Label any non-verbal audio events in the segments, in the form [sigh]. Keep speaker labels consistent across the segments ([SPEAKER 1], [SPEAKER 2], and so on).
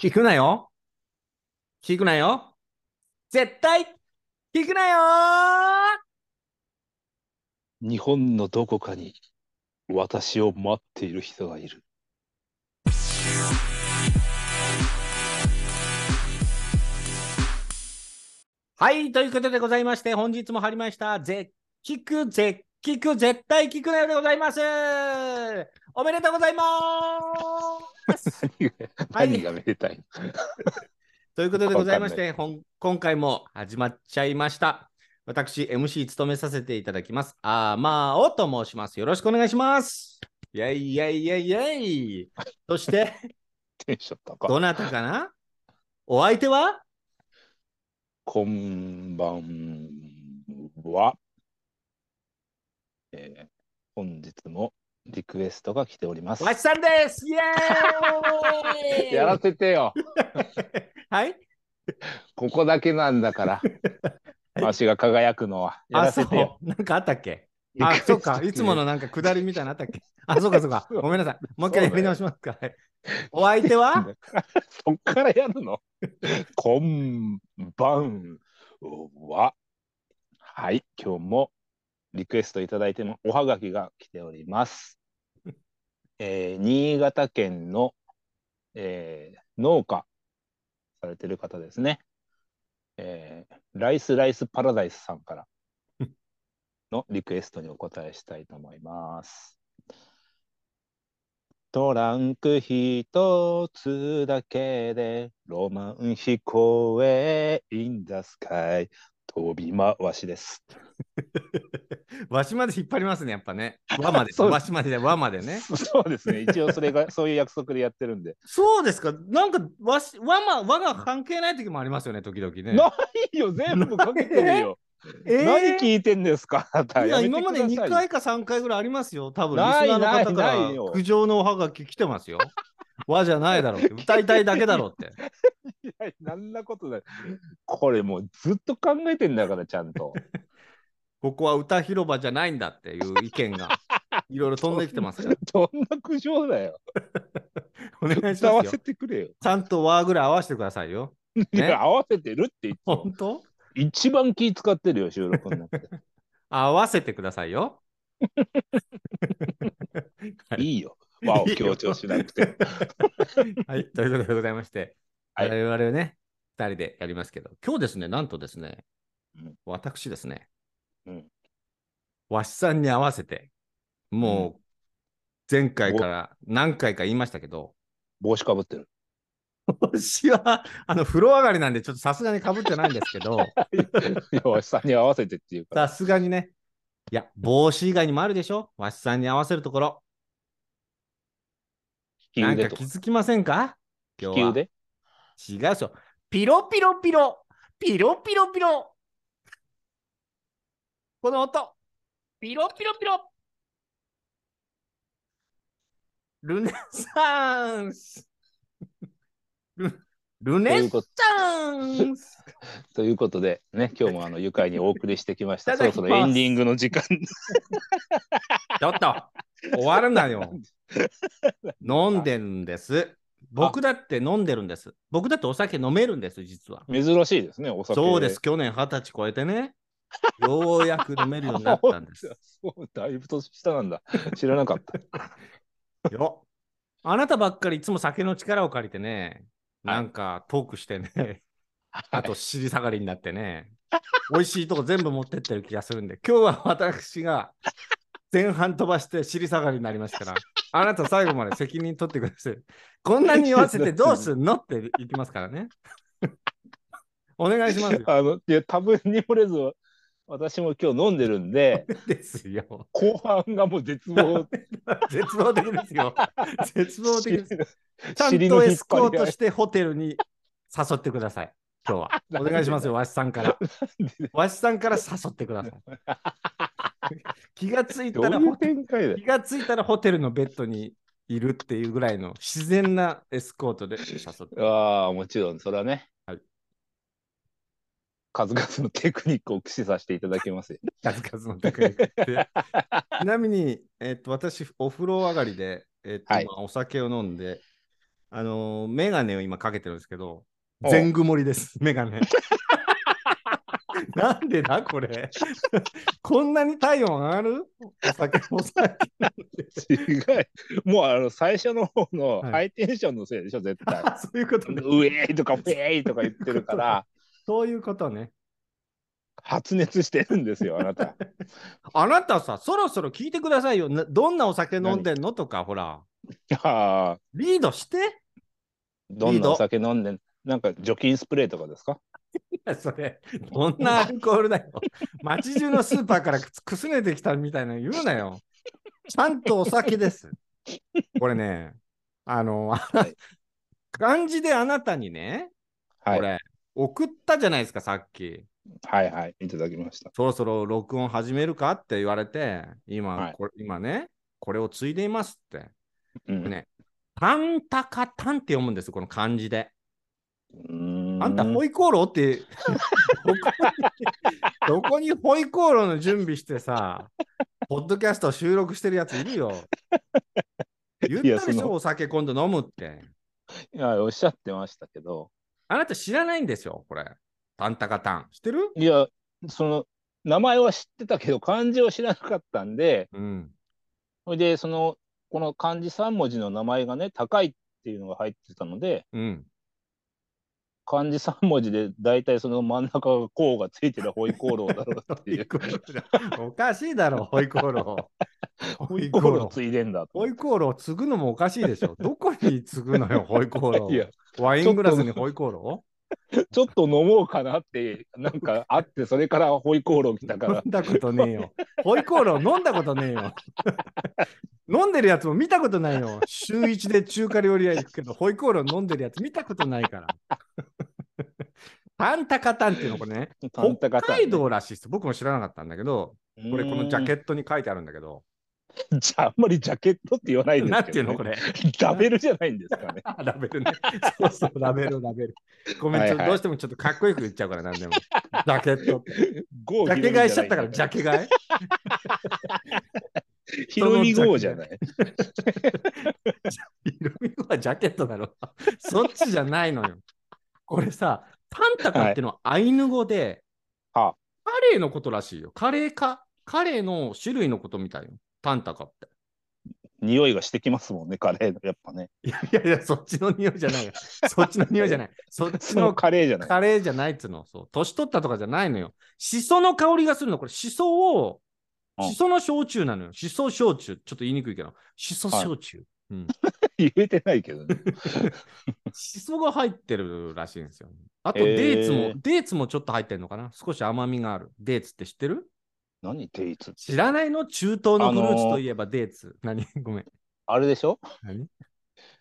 [SPEAKER 1] 聞くなよ聞くなよ絶対聞くなよ
[SPEAKER 2] 日本のどこかに私を待っている人がいる。
[SPEAKER 1] はい、ということでございまして、本日も入りました。絶聞く、絶聞く、絶対聞くなよでございます。おめでとうござい [laughs] ます。 [laughs] はい
[SPEAKER 2] 何がめでたい
[SPEAKER 1] ということでございまして、ほん今回も始まっちゃいました。私、MC 務めさせていただきます。あーまあおと申します。よろしくお願いします。いやいやいやいやい。そして、
[SPEAKER 2] テンション高
[SPEAKER 1] ど
[SPEAKER 2] い。
[SPEAKER 1] なたかなお相手は
[SPEAKER 2] こんばんは、えー本日もリクエストが来ております。
[SPEAKER 1] わしさんですイエーイ
[SPEAKER 2] やらせてよ。
[SPEAKER 1] はい
[SPEAKER 2] ここだけなん
[SPEAKER 1] [laughs]
[SPEAKER 2] だから。わしが輝くのは。や
[SPEAKER 1] あ、
[SPEAKER 2] ら
[SPEAKER 1] そ
[SPEAKER 2] せてよ。
[SPEAKER 1] う。なんかあったっけ
[SPEAKER 2] リ
[SPEAKER 1] あ
[SPEAKER 2] クエ、ス
[SPEAKER 1] そ
[SPEAKER 2] ト
[SPEAKER 1] うか。いつものなんか下りみたいなのあったっけあ、そうか [laughs] そうか。ごめんなさい。もう一回やり直しますか。はいお相手 [laughs] は
[SPEAKER 2] [laughs] そっからやるのこんばんは。はい、今日もリクエストいただいてもおはがきが来ております。えー新潟県の、えー農家されてる方ですね。えーライスライスパラダイスさんからのリクエストにお答えしたいと思います。トランク一つだけでロマン飛行へ in the sky 飛び回しです。
[SPEAKER 1] わしまで引っ張りますね、やっぱね。和 [laughs] まで。
[SPEAKER 2] そう
[SPEAKER 1] わしまで、和までね。
[SPEAKER 2] そうですね。一応それが、そういう約束でやってるんで。
[SPEAKER 1] そうですか。なんか、わし、和ま、和が関係ない時もありますよね、時々ね。
[SPEAKER 2] ないよ、全部かけてるよ。
[SPEAKER 1] えー
[SPEAKER 2] 何聞いてんですかあなた
[SPEAKER 1] いや、
[SPEAKER 2] やめて
[SPEAKER 1] 今まで
[SPEAKER 2] くださいよ
[SPEAKER 1] 2回か3回ぐらいありますよ。多分、リス
[SPEAKER 2] ない
[SPEAKER 1] ナーの方か
[SPEAKER 2] な
[SPEAKER 1] ら
[SPEAKER 2] いないよ
[SPEAKER 1] 苦情のおはがき来てますよ。和じゃないだろうって。歌いたいだけだろうって。
[SPEAKER 2] いや、なんなことない。これもうずっと考えてんだから、ちゃんと。
[SPEAKER 1] ここは歌広場じゃないんだっていう意見がいろいろ飛んできてますから。
[SPEAKER 2] どんな苦情だよ。
[SPEAKER 1] お願いし
[SPEAKER 2] [laughs] 歌
[SPEAKER 1] ま
[SPEAKER 2] わ
[SPEAKER 1] すよ
[SPEAKER 2] せ。てくれよ。
[SPEAKER 1] ちゃんと和ぐらい合わせてくださいよ。
[SPEAKER 2] いや合わせてるって
[SPEAKER 1] 本当
[SPEAKER 2] 一番気使ってるよ、収録の中で。
[SPEAKER 1] 合わせてくださいよ。はい
[SPEAKER 2] いいよ。和を
[SPEAKER 1] いいよ
[SPEAKER 2] 強調しなくて。
[SPEAKER 1] はい、ということでございまして、
[SPEAKER 2] はい
[SPEAKER 1] 我々ね、2人でやりますけど、今日ですね、なんとですね、
[SPEAKER 2] うん
[SPEAKER 1] 私ですね、
[SPEAKER 2] うん
[SPEAKER 1] わしさんに合わせて、もう前回から何回か言いましたけど、
[SPEAKER 2] 帽子かぶって
[SPEAKER 1] [laughs]
[SPEAKER 2] る。
[SPEAKER 1] 私はあの風呂上がりなんで、ちょっとさすがにかぶってないんですけ
[SPEAKER 2] [laughs]
[SPEAKER 1] ど、
[SPEAKER 2] いやわしさんに合わせてっていうから。
[SPEAKER 1] さすがにね、いや、帽子以外にもあるでしょ、わしさんに合わせるところ、
[SPEAKER 2] 利き
[SPEAKER 1] なん
[SPEAKER 2] 腕
[SPEAKER 1] か
[SPEAKER 2] と
[SPEAKER 1] 気
[SPEAKER 2] か。
[SPEAKER 1] づきませんか今日
[SPEAKER 2] 利き
[SPEAKER 1] は
[SPEAKER 2] 腕
[SPEAKER 1] 違うでしょ。ピロピロピロ、ピロピロピロ。この音、ピロピロピロ。ルネサンス。ルルネサンス。
[SPEAKER 2] ということで、ね、今日もあの愉快にお送りしてきまし
[SPEAKER 1] いた
[SPEAKER 2] た。そ
[SPEAKER 1] だ
[SPEAKER 2] ろ
[SPEAKER 1] き
[SPEAKER 2] そ
[SPEAKER 1] ます
[SPEAKER 2] ろエンディングの時間。
[SPEAKER 1] ちょっと、終わるなよ。飲んでるんです。僕だって飲んでるんです。僕だってお酒飲めるんです、実は。
[SPEAKER 2] 珍しいですね、お酒。
[SPEAKER 1] そうです、。去年二十歳超えて [laughs] ね、ようやく飲めるようになったんです。
[SPEAKER 2] そうだいぶ年下なんだ。知らなかった。
[SPEAKER 1] よあなたばっかりいつも酒の力を借りてね、
[SPEAKER 2] はい
[SPEAKER 1] なんかトークしてね、あ
[SPEAKER 2] はい
[SPEAKER 1] と尻下がりになってね、美味しいとこ全部持ってってる気がするんで、今日は私が前半飛ばして尻下がりになりましたから、あなた最後まで責任取ってください。こんなに言わせてどうすんのって言ってますから [laughs] ね。お願いしますよ。
[SPEAKER 2] あのいや多分に漏れず私も今日飲んでるんで
[SPEAKER 1] ですよ。
[SPEAKER 2] 後半がもう絶望
[SPEAKER 1] [laughs] 絶望的です
[SPEAKER 2] [laughs]
[SPEAKER 1] よ。絶望的です。ちゃん
[SPEAKER 2] 尻
[SPEAKER 1] と
[SPEAKER 2] の引
[SPEAKER 1] エ
[SPEAKER 2] っ
[SPEAKER 1] スコ
[SPEAKER 2] 張
[SPEAKER 1] ー
[SPEAKER 2] り
[SPEAKER 1] ト
[SPEAKER 2] 合い
[SPEAKER 1] してホテルに誘ってください。今日は。お願いしますよ、わしさんから。わしさんから誘ってください。
[SPEAKER 2] [laughs]
[SPEAKER 1] 気がつい
[SPEAKER 2] ど
[SPEAKER 1] たら
[SPEAKER 2] うい
[SPEAKER 1] ホ
[SPEAKER 2] う
[SPEAKER 1] テル、
[SPEAKER 2] 展開だよ
[SPEAKER 1] 気がついたらホテルのベッドにいるっていうぐらいの自然なエスコートで誘って。
[SPEAKER 2] ああ、もちろん、それはね、
[SPEAKER 1] はい
[SPEAKER 2] 数々のテクニックを駆使させていただ
[SPEAKER 1] [laughs]
[SPEAKER 2] きますよ。
[SPEAKER 1] 数々のテクニック
[SPEAKER 2] [laughs]
[SPEAKER 1] って。ちなみに、えっと私、お風呂上がりで、えっと
[SPEAKER 2] はい
[SPEAKER 1] まあお酒を飲んで、あのー、メガネを今かけてるんですけど、
[SPEAKER 2] お
[SPEAKER 1] 全曇りです、 [laughs] メ
[SPEAKER 2] [laughs]
[SPEAKER 1] ガネ。なんでだ、これ。こんなに体温上がるお酒お
[SPEAKER 2] [laughs]
[SPEAKER 1] 酒
[SPEAKER 2] 違い、もうあの最初の方の
[SPEAKER 1] はい
[SPEAKER 2] ハイテンションのせいでしょ、絶対。
[SPEAKER 1] あそういうことね。
[SPEAKER 2] ウェーイとかフェーイとか言って
[SPEAKER 1] [laughs]
[SPEAKER 2] るから、
[SPEAKER 1] そういうことね。
[SPEAKER 2] 発熱してるんですよ、あなた。
[SPEAKER 1] あなたさ、そろそろ聞いてくださいよ。などんなお酒飲んでんのとか、ほら。
[SPEAKER 2] あー
[SPEAKER 1] リードして
[SPEAKER 2] どんなお酒飲んでんなんか除菌スプレーとかですか
[SPEAKER 1] [laughs] それ、どんなアルコール
[SPEAKER 2] [laughs]
[SPEAKER 1] だよ。街中のスーパーからくくすねてきたみたいなの言うな
[SPEAKER 2] [laughs]
[SPEAKER 1] よ。ちゃんとお酒です。これね、あの、
[SPEAKER 2] い
[SPEAKER 1] [laughs] 漢字であなたにね、
[SPEAKER 2] はい
[SPEAKER 1] これ、送ったじゃないですか、さっき。
[SPEAKER 2] はいはい、いただきました。
[SPEAKER 1] そろそろ録音始めるかって言われて、今、
[SPEAKER 2] はい
[SPEAKER 1] これ今ね、これを継いでいますって。
[SPEAKER 2] うん
[SPEAKER 1] ねタンタカタンって読むんですよ、この漢字で。あ
[SPEAKER 2] あ
[SPEAKER 1] んたホイコーローって、 [laughs] どこ [laughs] にどこにホイコーローの準備してさ、ポッドキャスト収録してるやついるよ。言
[SPEAKER 2] [laughs] いや
[SPEAKER 1] ったでし
[SPEAKER 2] そ
[SPEAKER 1] ょ、
[SPEAKER 2] の
[SPEAKER 1] お酒今度飲むって。
[SPEAKER 2] いやおっしゃってましたけど、
[SPEAKER 1] あなた知らないんですよ、これ。タンタカタン。知ってる
[SPEAKER 2] いや、その名前は知ってたけど、漢字を知らなかったんで、
[SPEAKER 1] うん。
[SPEAKER 2] それで、その、この漢字3文字の名前がね、高いっていうのが入ってたので、
[SPEAKER 1] うん。
[SPEAKER 2] 漢字3文字で大体その真ん中がこうがついてるホイコーローだろうっていう。
[SPEAKER 1] おかしいだろ、ホイコーロー。ホ
[SPEAKER 2] [laughs] ホ
[SPEAKER 1] イ
[SPEAKER 2] イ
[SPEAKER 1] コ
[SPEAKER 2] コ
[SPEAKER 1] ー
[SPEAKER 2] ー
[SPEAKER 1] ロ
[SPEAKER 2] ロ
[SPEAKER 1] ー
[SPEAKER 2] ーついでんだと
[SPEAKER 1] ホ。イコーロー継ぐのもおかしいでしょ。どこに継ぐのよ、ホイコーロ
[SPEAKER 2] いや
[SPEAKER 1] ー。ワイングラスにホイコーロ
[SPEAKER 2] ちょっと飲もうかなって、なんかあって、それからホイコーロー来たか
[SPEAKER 1] ー飲
[SPEAKER 2] ら。
[SPEAKER 1] んだことねえよ。ホイコーロー飲んだことねえよ。飲んでるやつも見たことないよ。週一で中華料理屋行くけど、ホイコーロー飲んでるやつ見たことないから。タンタカタンっていうのこれね、 [laughs] 北海道らしいです。僕も知らなかったんだけど、これこのジャケ
[SPEAKER 2] ッ
[SPEAKER 1] ットに書いてあるんだけど、
[SPEAKER 2] ト。じゃあ、あんまりジャケットって言わないんで
[SPEAKER 1] な
[SPEAKER 2] す
[SPEAKER 1] んてい
[SPEAKER 2] けど、
[SPEAKER 1] うの
[SPEAKER 2] ね
[SPEAKER 1] こ。れ。
[SPEAKER 2] ラベルじゃないんですかね。
[SPEAKER 1] あラベルね。そうそう、ラベル、ラベル。ごめん、
[SPEAKER 2] はい
[SPEAKER 1] ち
[SPEAKER 2] は
[SPEAKER 1] ょっと
[SPEAKER 2] い
[SPEAKER 1] どうしてもちょっとかっこよく言っちゃうから、なんでも。ジャケットって。ジ
[SPEAKER 2] ゴ
[SPEAKER 1] ャケ買いしちゃったから、ジャ
[SPEAKER 2] ケ。
[SPEAKER 1] ケ買い。
[SPEAKER 2] ヒロミゴーじゃない。
[SPEAKER 1] 色味はジャケットだろ。そっちじゃないのよ。これさ、タンタカっていうのはアイヌ語で、
[SPEAKER 2] はあ
[SPEAKER 1] カレーのことらしいよ。カレーか、カレーの種類のことみたいよ。タンタカって。
[SPEAKER 2] 匂いがしてきますもんね、カレーの。やっぱね。
[SPEAKER 1] いやいやいや、そっちの匂いじゃないよ。そっちの匂いじゃない。そっち
[SPEAKER 2] そ
[SPEAKER 1] の
[SPEAKER 2] のカレーじゃない。
[SPEAKER 1] カレーじゃないっつうの。そう。年取ったとかじゃないのよ。しその香りがするの。これ、しそを、
[SPEAKER 2] うん
[SPEAKER 1] しその焼酎なのよ。しそ焼酎。ちょっと言いにくいけど。しそ焼酎。
[SPEAKER 2] 言えてないけどね。
[SPEAKER 1] しそが入ってるらしいんですよ。あと、
[SPEAKER 2] へー
[SPEAKER 1] デーツも、デーツもちょっと入ってるのかな少し甘みがある。デーツって知ってる
[SPEAKER 2] 何デイツって
[SPEAKER 1] 知らないの中東のフルーツといえばデーツ。何 [laughs] ごめん。
[SPEAKER 2] あれでしょ
[SPEAKER 1] 何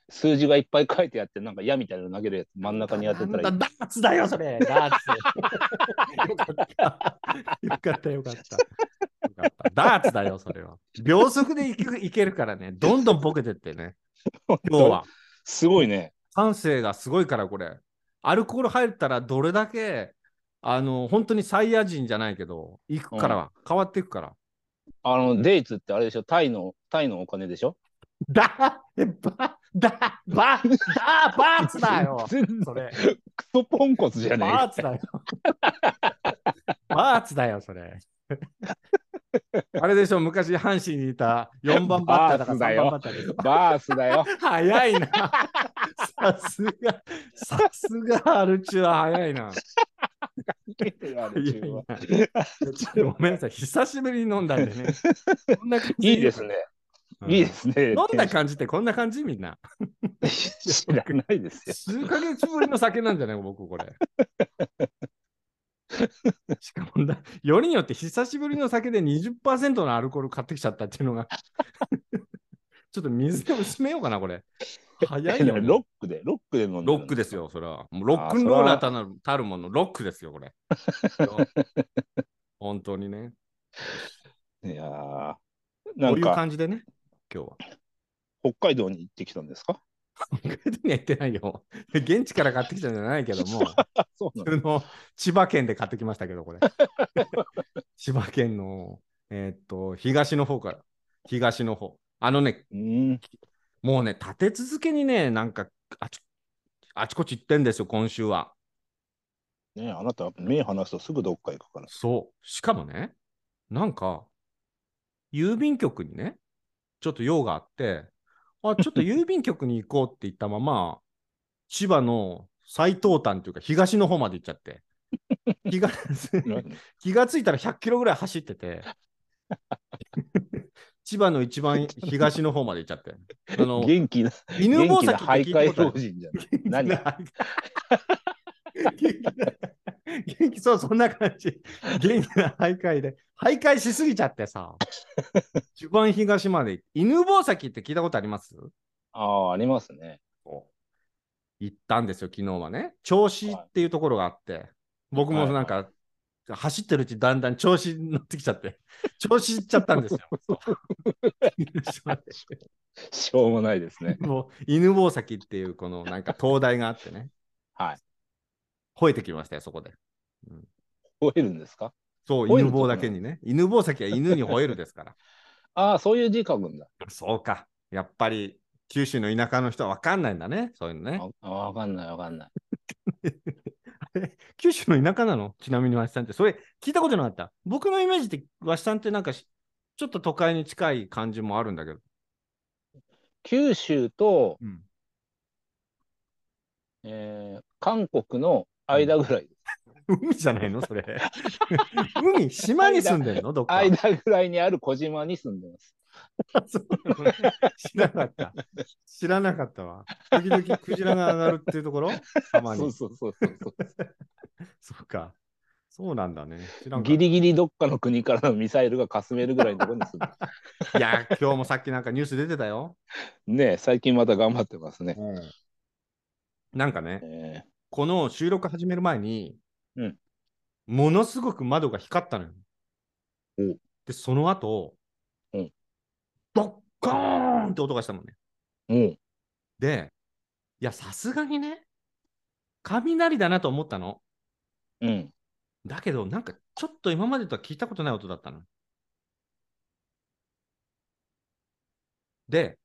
[SPEAKER 2] 数字がいっぱい書いてあって、なんか矢みたいなの投げるやつ、真ん中に当てた
[SPEAKER 1] な
[SPEAKER 2] ら
[SPEAKER 1] んだダーツだよ、それ。ダ
[SPEAKER 2] [laughs]
[SPEAKER 1] ーツ。よかった。よかった、よかった。よかったダーツだよ、それは。秒速でいくいけるからね、どんどんボケてってね、今日は。
[SPEAKER 2] すごいね。
[SPEAKER 1] 感性がすごいから、これ。アルコール入ったら、どれだけ、あの、本当にサイヤ人じゃないけど、行くから、変わっていくから。
[SPEAKER 2] あの、デイツってあれでしょタイの、タイのお金でしょ
[SPEAKER 1] だ、ば、だ、ば、だ、バーツだよ。
[SPEAKER 2] 全然
[SPEAKER 1] それ。
[SPEAKER 2] クソポンコツじゃねえ
[SPEAKER 1] バー
[SPEAKER 2] か。
[SPEAKER 1] ツだよ。バーツだよ、それ。あれでしょ、昔阪神にいた4番バッターだから
[SPEAKER 2] バーツだ
[SPEAKER 1] 3
[SPEAKER 2] よ
[SPEAKER 1] 番バッターでしょ。
[SPEAKER 2] バースだよ。
[SPEAKER 1] 早いな。さすが、さすがアルチュア早いな。 [laughs] いやいや [laughs] ごめんなさい、久しぶりに飲んだんでね。こんな感じ。
[SPEAKER 2] いいですね。いいですすね。
[SPEAKER 1] 飲んだ感じってこんな感じみんな。
[SPEAKER 2] 知らないですよ。
[SPEAKER 1] 数ヶ月ぶりの酒なんじゃない僕これ。しかもな、よりによって久しぶりの酒で20%のアルコール買ってきちゃったっていうのが。 [laughs] ちょっと水で薄めようかな、これ。早いよ、ね。
[SPEAKER 2] ロックで、ロックで飲んでる
[SPEAKER 1] ロックです。よ、それは。もうロックンローラーたるたるもの、ロックですよ、こ
[SPEAKER 2] [laughs]
[SPEAKER 1] れ。本当にね。
[SPEAKER 2] いやーな
[SPEAKER 1] こうんいう
[SPEAKER 2] か、
[SPEAKER 1] 感じでね、今日は。
[SPEAKER 2] 北海道に行ってきたんですか
[SPEAKER 1] 北海道には行ってないよ。 [laughs] 現地から買ってきたんじゃないけども、
[SPEAKER 2] あ、 [laughs] そうなん
[SPEAKER 1] 普通の千葉県で買ってきましたけど、
[SPEAKER 2] [laughs]
[SPEAKER 1] これ。千葉県の、えーっと、東の方から、東の方。あのね、
[SPEAKER 2] うん。
[SPEAKER 1] もうね、立て続けにね、なんかあちあちこち行ってんですよ、今週は。
[SPEAKER 2] ねえあなた、目離すとすぐどっか行くから。
[SPEAKER 1] そう。しかもね、なんか、郵便局にね、ちょっと用があって、
[SPEAKER 2] [laughs]
[SPEAKER 1] あ、ちょっと郵便局に行こうって言ったまま、千葉の最東端というか、東の方まで行っちゃ
[SPEAKER 2] [laughs]
[SPEAKER 1] って。気が気がついたら100キロぐらい走って
[SPEAKER 2] [laughs]
[SPEAKER 1] て、千葉の一番東の方まで行っちゃって。あの
[SPEAKER 2] 元気な、
[SPEAKER 1] 犬
[SPEAKER 2] 元
[SPEAKER 1] 吠
[SPEAKER 2] 気な
[SPEAKER 1] 埼っ
[SPEAKER 2] 徘
[SPEAKER 1] て聞いたこ
[SPEAKER 2] 徊
[SPEAKER 1] とあ
[SPEAKER 2] 老
[SPEAKER 1] る
[SPEAKER 2] 人じゃない。何
[SPEAKER 1] 元気な元気そう、そんな感じ。元気な徘徊で。徘徊しすぎちゃってさ。一番東まで。犬吠埼って聞いたことあります
[SPEAKER 2] [laughs] ああ、ありますね。
[SPEAKER 1] 行ったんですよ、昨日はね。調子っていうところがあって。僕もなんか、走ってるうちだんだん調子に乗ってきちゃって。調子いっちゃったんですよ。
[SPEAKER 2] しょうもないですね。
[SPEAKER 1] もう犬吠埼っていうこのなんか灯台があってね。
[SPEAKER 2] はい。
[SPEAKER 1] 吠えてきましたよ、そこで。
[SPEAKER 2] 吠えるんですか
[SPEAKER 1] そう、
[SPEAKER 2] 吠え
[SPEAKER 1] 犬
[SPEAKER 2] るとこ
[SPEAKER 1] 吠だけにね。犬吠埼は犬に吠えるですから。
[SPEAKER 2] ああ、そういう字書くんだ。
[SPEAKER 1] [laughs] そうか。やっぱり九州の田舎の人は分かんないんだね。そういうのね。
[SPEAKER 2] あわかんないわかんない。
[SPEAKER 1] 九州の田舎なのちなみにわしさんって。それ聞いたことなかった。僕のイメージってわしさんってなんかしちょっと都会に近い感じもあるんだけど。
[SPEAKER 2] 九州と、
[SPEAKER 1] うん、
[SPEAKER 2] えー韓国の間ぐらい、
[SPEAKER 1] 海じゃないのそれ。 [laughs] 海、島に住んでんのどっか。
[SPEAKER 2] 間ぐらいにある小島に住んでます。
[SPEAKER 1] [laughs] そうなのね知らなかった。知らなかったわ。時々クジラが上がるっていうところたまに。
[SPEAKER 2] そうそうそうそうそう。
[SPEAKER 1] そうか。そうなんだね。知らんかった
[SPEAKER 2] ギリギリどっかの国からのミサイルがかすめるぐらいのところに住んでます。
[SPEAKER 1] いや、今日もさっきなんかニュース出てたよ。
[SPEAKER 2] ねえ最近また頑張ってますね。
[SPEAKER 1] なんかね、
[SPEAKER 2] え
[SPEAKER 1] この収録始める前に、
[SPEAKER 2] うん
[SPEAKER 1] ものすごく窓が光ったのよ
[SPEAKER 2] お。
[SPEAKER 1] で、その後、
[SPEAKER 2] うん
[SPEAKER 1] ドッカーンって音がしたもんね。
[SPEAKER 2] ーもう、
[SPEAKER 1] で、いや、さすがにね、雷だなと思ったの。
[SPEAKER 2] うん。
[SPEAKER 1] だけど、なんかちょっと今までとは聞いたことない音だったの。で、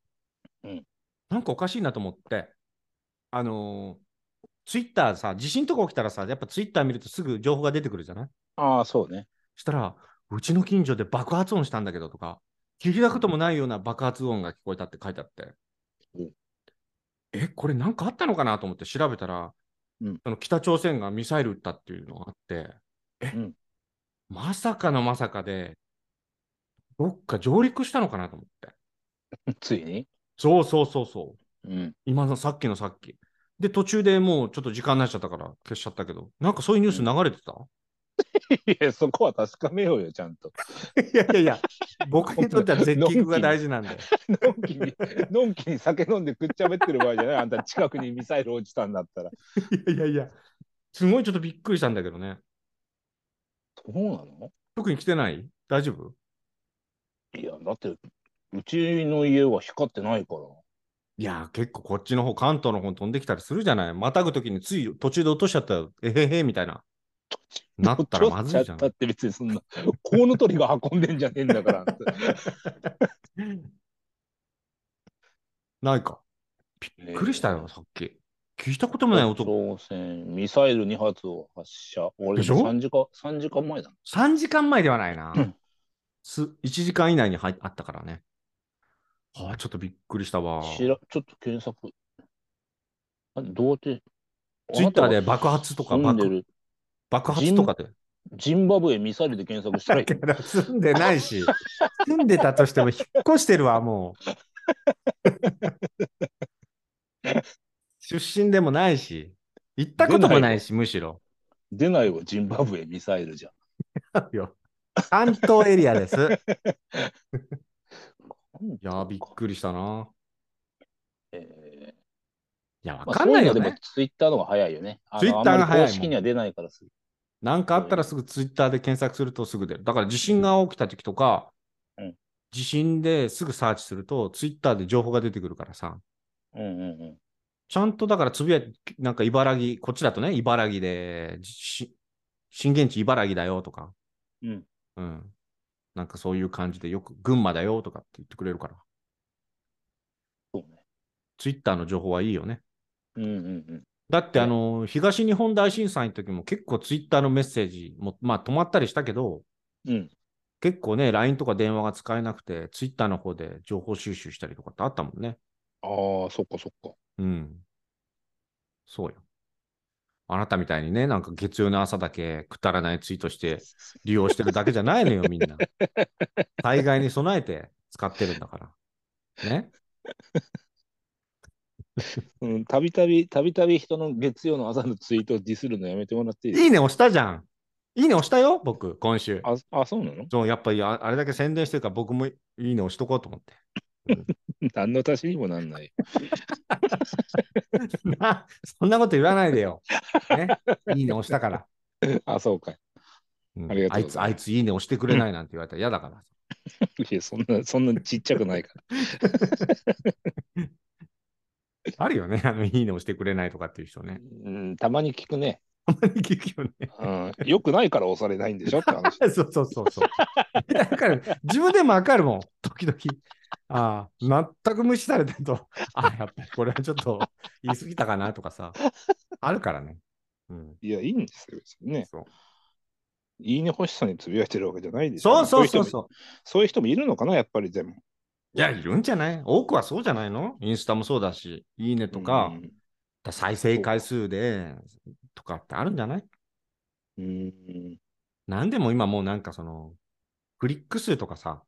[SPEAKER 2] うん
[SPEAKER 1] なんかおかしいなと思って、あのー、ツイッターさ、地震とか起きたらさ、やっぱツイッター見るとすぐ情報が出てくるじゃない
[SPEAKER 2] ああ、そうね。
[SPEAKER 1] したら、うちの近所で爆発音したんだけどとか、聞いたこともないような爆発音が聞こえたって書いてあって
[SPEAKER 2] お、
[SPEAKER 1] え、これなんかあったのかなと思って調べたら、
[SPEAKER 2] うん
[SPEAKER 1] その北朝鮮がミサイル撃ったっていうのがあって、え、
[SPEAKER 2] うん
[SPEAKER 1] まさかのまさかで、どっか上陸したのかなと思って。
[SPEAKER 2] ついに。
[SPEAKER 1] そうそうそうそう。
[SPEAKER 2] うん。
[SPEAKER 1] 今のさっきのさっき。で、途中でもうちょっと時間になっちゃったから消しちゃったけど、なんかそういうニュース流れてた、
[SPEAKER 2] いや、そこは確かめようよ、ちゃんと。
[SPEAKER 1] [laughs] いやいやいや、僕にとっては絶聞が大事なんで。
[SPEAKER 2] のんきに、のんきに酒飲んでくっちゃべってる場合じゃない。あんた近くにミサイル落ちたんだったら。
[SPEAKER 1] いやいやいや、すごいちょっとびっくりしたんだけどね。
[SPEAKER 2] そうなの
[SPEAKER 1] 特に来てない大丈夫
[SPEAKER 2] いや、だって、うちの家は光ってないから。
[SPEAKER 1] いやー、結構こっちの方、関東の方に飛んできたりするじゃない。またぐときについ途中で落としちゃったら、えへへみたいな。なったらまずいじゃん
[SPEAKER 2] だ。って別にそんな、コウノトリが運んでんじゃねえんだから。
[SPEAKER 1] ないか。びっくりしたよ、さっき。聞いたこともない音。
[SPEAKER 2] 北朝鮮、ミサイル2発を発射。俺
[SPEAKER 1] でしょ
[SPEAKER 2] 3時間、三時間前だな。
[SPEAKER 1] 3時間前ではないな
[SPEAKER 2] うん。
[SPEAKER 1] す1時間以内に入あったからね。はあ、ちょっとびっくりしたわ。
[SPEAKER 2] 知らちょっと検索。あどうやって。
[SPEAKER 1] ツイッターで爆発とか
[SPEAKER 2] 住んでる
[SPEAKER 1] 爆発とかで。
[SPEAKER 2] ジンバブエミサイルで検索したらい
[SPEAKER 1] [laughs]
[SPEAKER 2] い
[SPEAKER 1] だから住んでない
[SPEAKER 2] [laughs]
[SPEAKER 1] し、住んでたとしても引っ越してるわ、もう。出身でもないし、行ったこともないし、むしろ。
[SPEAKER 2] 出ないわ、ジンバブエミサイルじゃ。
[SPEAKER 1] 関東エリアです。
[SPEAKER 2] [laughs]
[SPEAKER 1] いや
[SPEAKER 2] なん
[SPEAKER 1] ー、
[SPEAKER 2] か
[SPEAKER 1] びっくりしたな。
[SPEAKER 2] え
[SPEAKER 1] いや、
[SPEAKER 2] ー
[SPEAKER 1] わ
[SPEAKER 2] まあ
[SPEAKER 1] かんないよ
[SPEAKER 2] そううので
[SPEAKER 1] ね
[SPEAKER 2] も。ツイッターの方が早いよね。あの
[SPEAKER 1] Twitter が早いもん
[SPEAKER 2] あんまり公式には出ないからする。
[SPEAKER 1] なんかあったらすぐツイッターで検索するとすぐ出る。だから地震が起きた時とか、
[SPEAKER 2] うん
[SPEAKER 1] 地震ですぐサーチすると、ツイッターで情報が出てくるからさ。
[SPEAKER 2] うんうんうん。
[SPEAKER 1] ちゃんとだからつぶやいて、なんか茨城、こっちだとね、茨城で、し震源地茨城だよとか、
[SPEAKER 2] うん。
[SPEAKER 1] うん。なんかそういう感じで、よく群馬だよとかって言ってくれるから、
[SPEAKER 2] そうね。
[SPEAKER 1] ツイッターの情報はいいよね。
[SPEAKER 2] うんうんうん。
[SPEAKER 1] だって、あの、東日本大震災の時も結構ツイッターのメッセージも、まあ止まったりしたけど、
[SPEAKER 2] うん。
[SPEAKER 1] 結構ね、LINE とか電話が使えなくて、ツイッターの方で情報収集したりとかってあったもんね。
[SPEAKER 2] ああ、そっかそっか。
[SPEAKER 1] うん。そうよ。あなたみたいにね、なんか月曜の朝だけくだらないツイートして利用してるだけじゃないの
[SPEAKER 2] [laughs]
[SPEAKER 1] よ、みんな。災害に備えて使ってるんだから。ね。
[SPEAKER 2] うん、たびたび、たびたび人の月曜の朝のツイートをディスるのやめてもらっていいです
[SPEAKER 1] いいね押したじゃん。いいね押したよ、僕、今週。
[SPEAKER 2] かあ、あ、そうなの
[SPEAKER 1] そう、やっぱりああれだけ宣伝してるから僕もいいね押しとこうと思って。 [laughs]
[SPEAKER 2] 何の足しにもなんない。
[SPEAKER 1] なそんなこと言わないでよ。ね、いいね押したから。
[SPEAKER 2] あ、そうかい。
[SPEAKER 1] うん
[SPEAKER 2] ありがとう
[SPEAKER 1] い
[SPEAKER 2] ご
[SPEAKER 1] つ、
[SPEAKER 2] ざい
[SPEAKER 1] あ
[SPEAKER 2] ます
[SPEAKER 1] いついいね押してくれないなんて言われたら嫌だから。
[SPEAKER 2] いや、そんな、そんなちっちゃくないから。
[SPEAKER 1] あるよね、あのいいね押してくれないとかっていう人ね。 [laughs]
[SPEAKER 2] うん、たまに聞くね。
[SPEAKER 1] 聞くよね。
[SPEAKER 2] うん、よくないから押されないんでしょって話。
[SPEAKER 1] [laughs] そうそうそうそう。 [laughs] だから自分でもわかるもん、時々。ああ、全く無視されてると、ああ、やっぱりこれはちょっと言い過ぎたかなとかさ、あるからね。うん、
[SPEAKER 2] いや、いいんですよ、別にね。
[SPEAKER 1] そう
[SPEAKER 2] いいね欲しさにつぶやいてるわけじゃないでしょ。
[SPEAKER 1] そうそうそうそ
[SPEAKER 2] そういう人も。
[SPEAKER 1] う。
[SPEAKER 2] そういう人もいるのかな、やっぱりでも。
[SPEAKER 1] いや、いるんじゃない多くはそうじゃないのインスタもそうだし、いいねとか、だ再生回数でとかってあるんじゃない
[SPEAKER 2] うん。うん。
[SPEAKER 1] 何でも今もうなんかその、クリック数とかさ、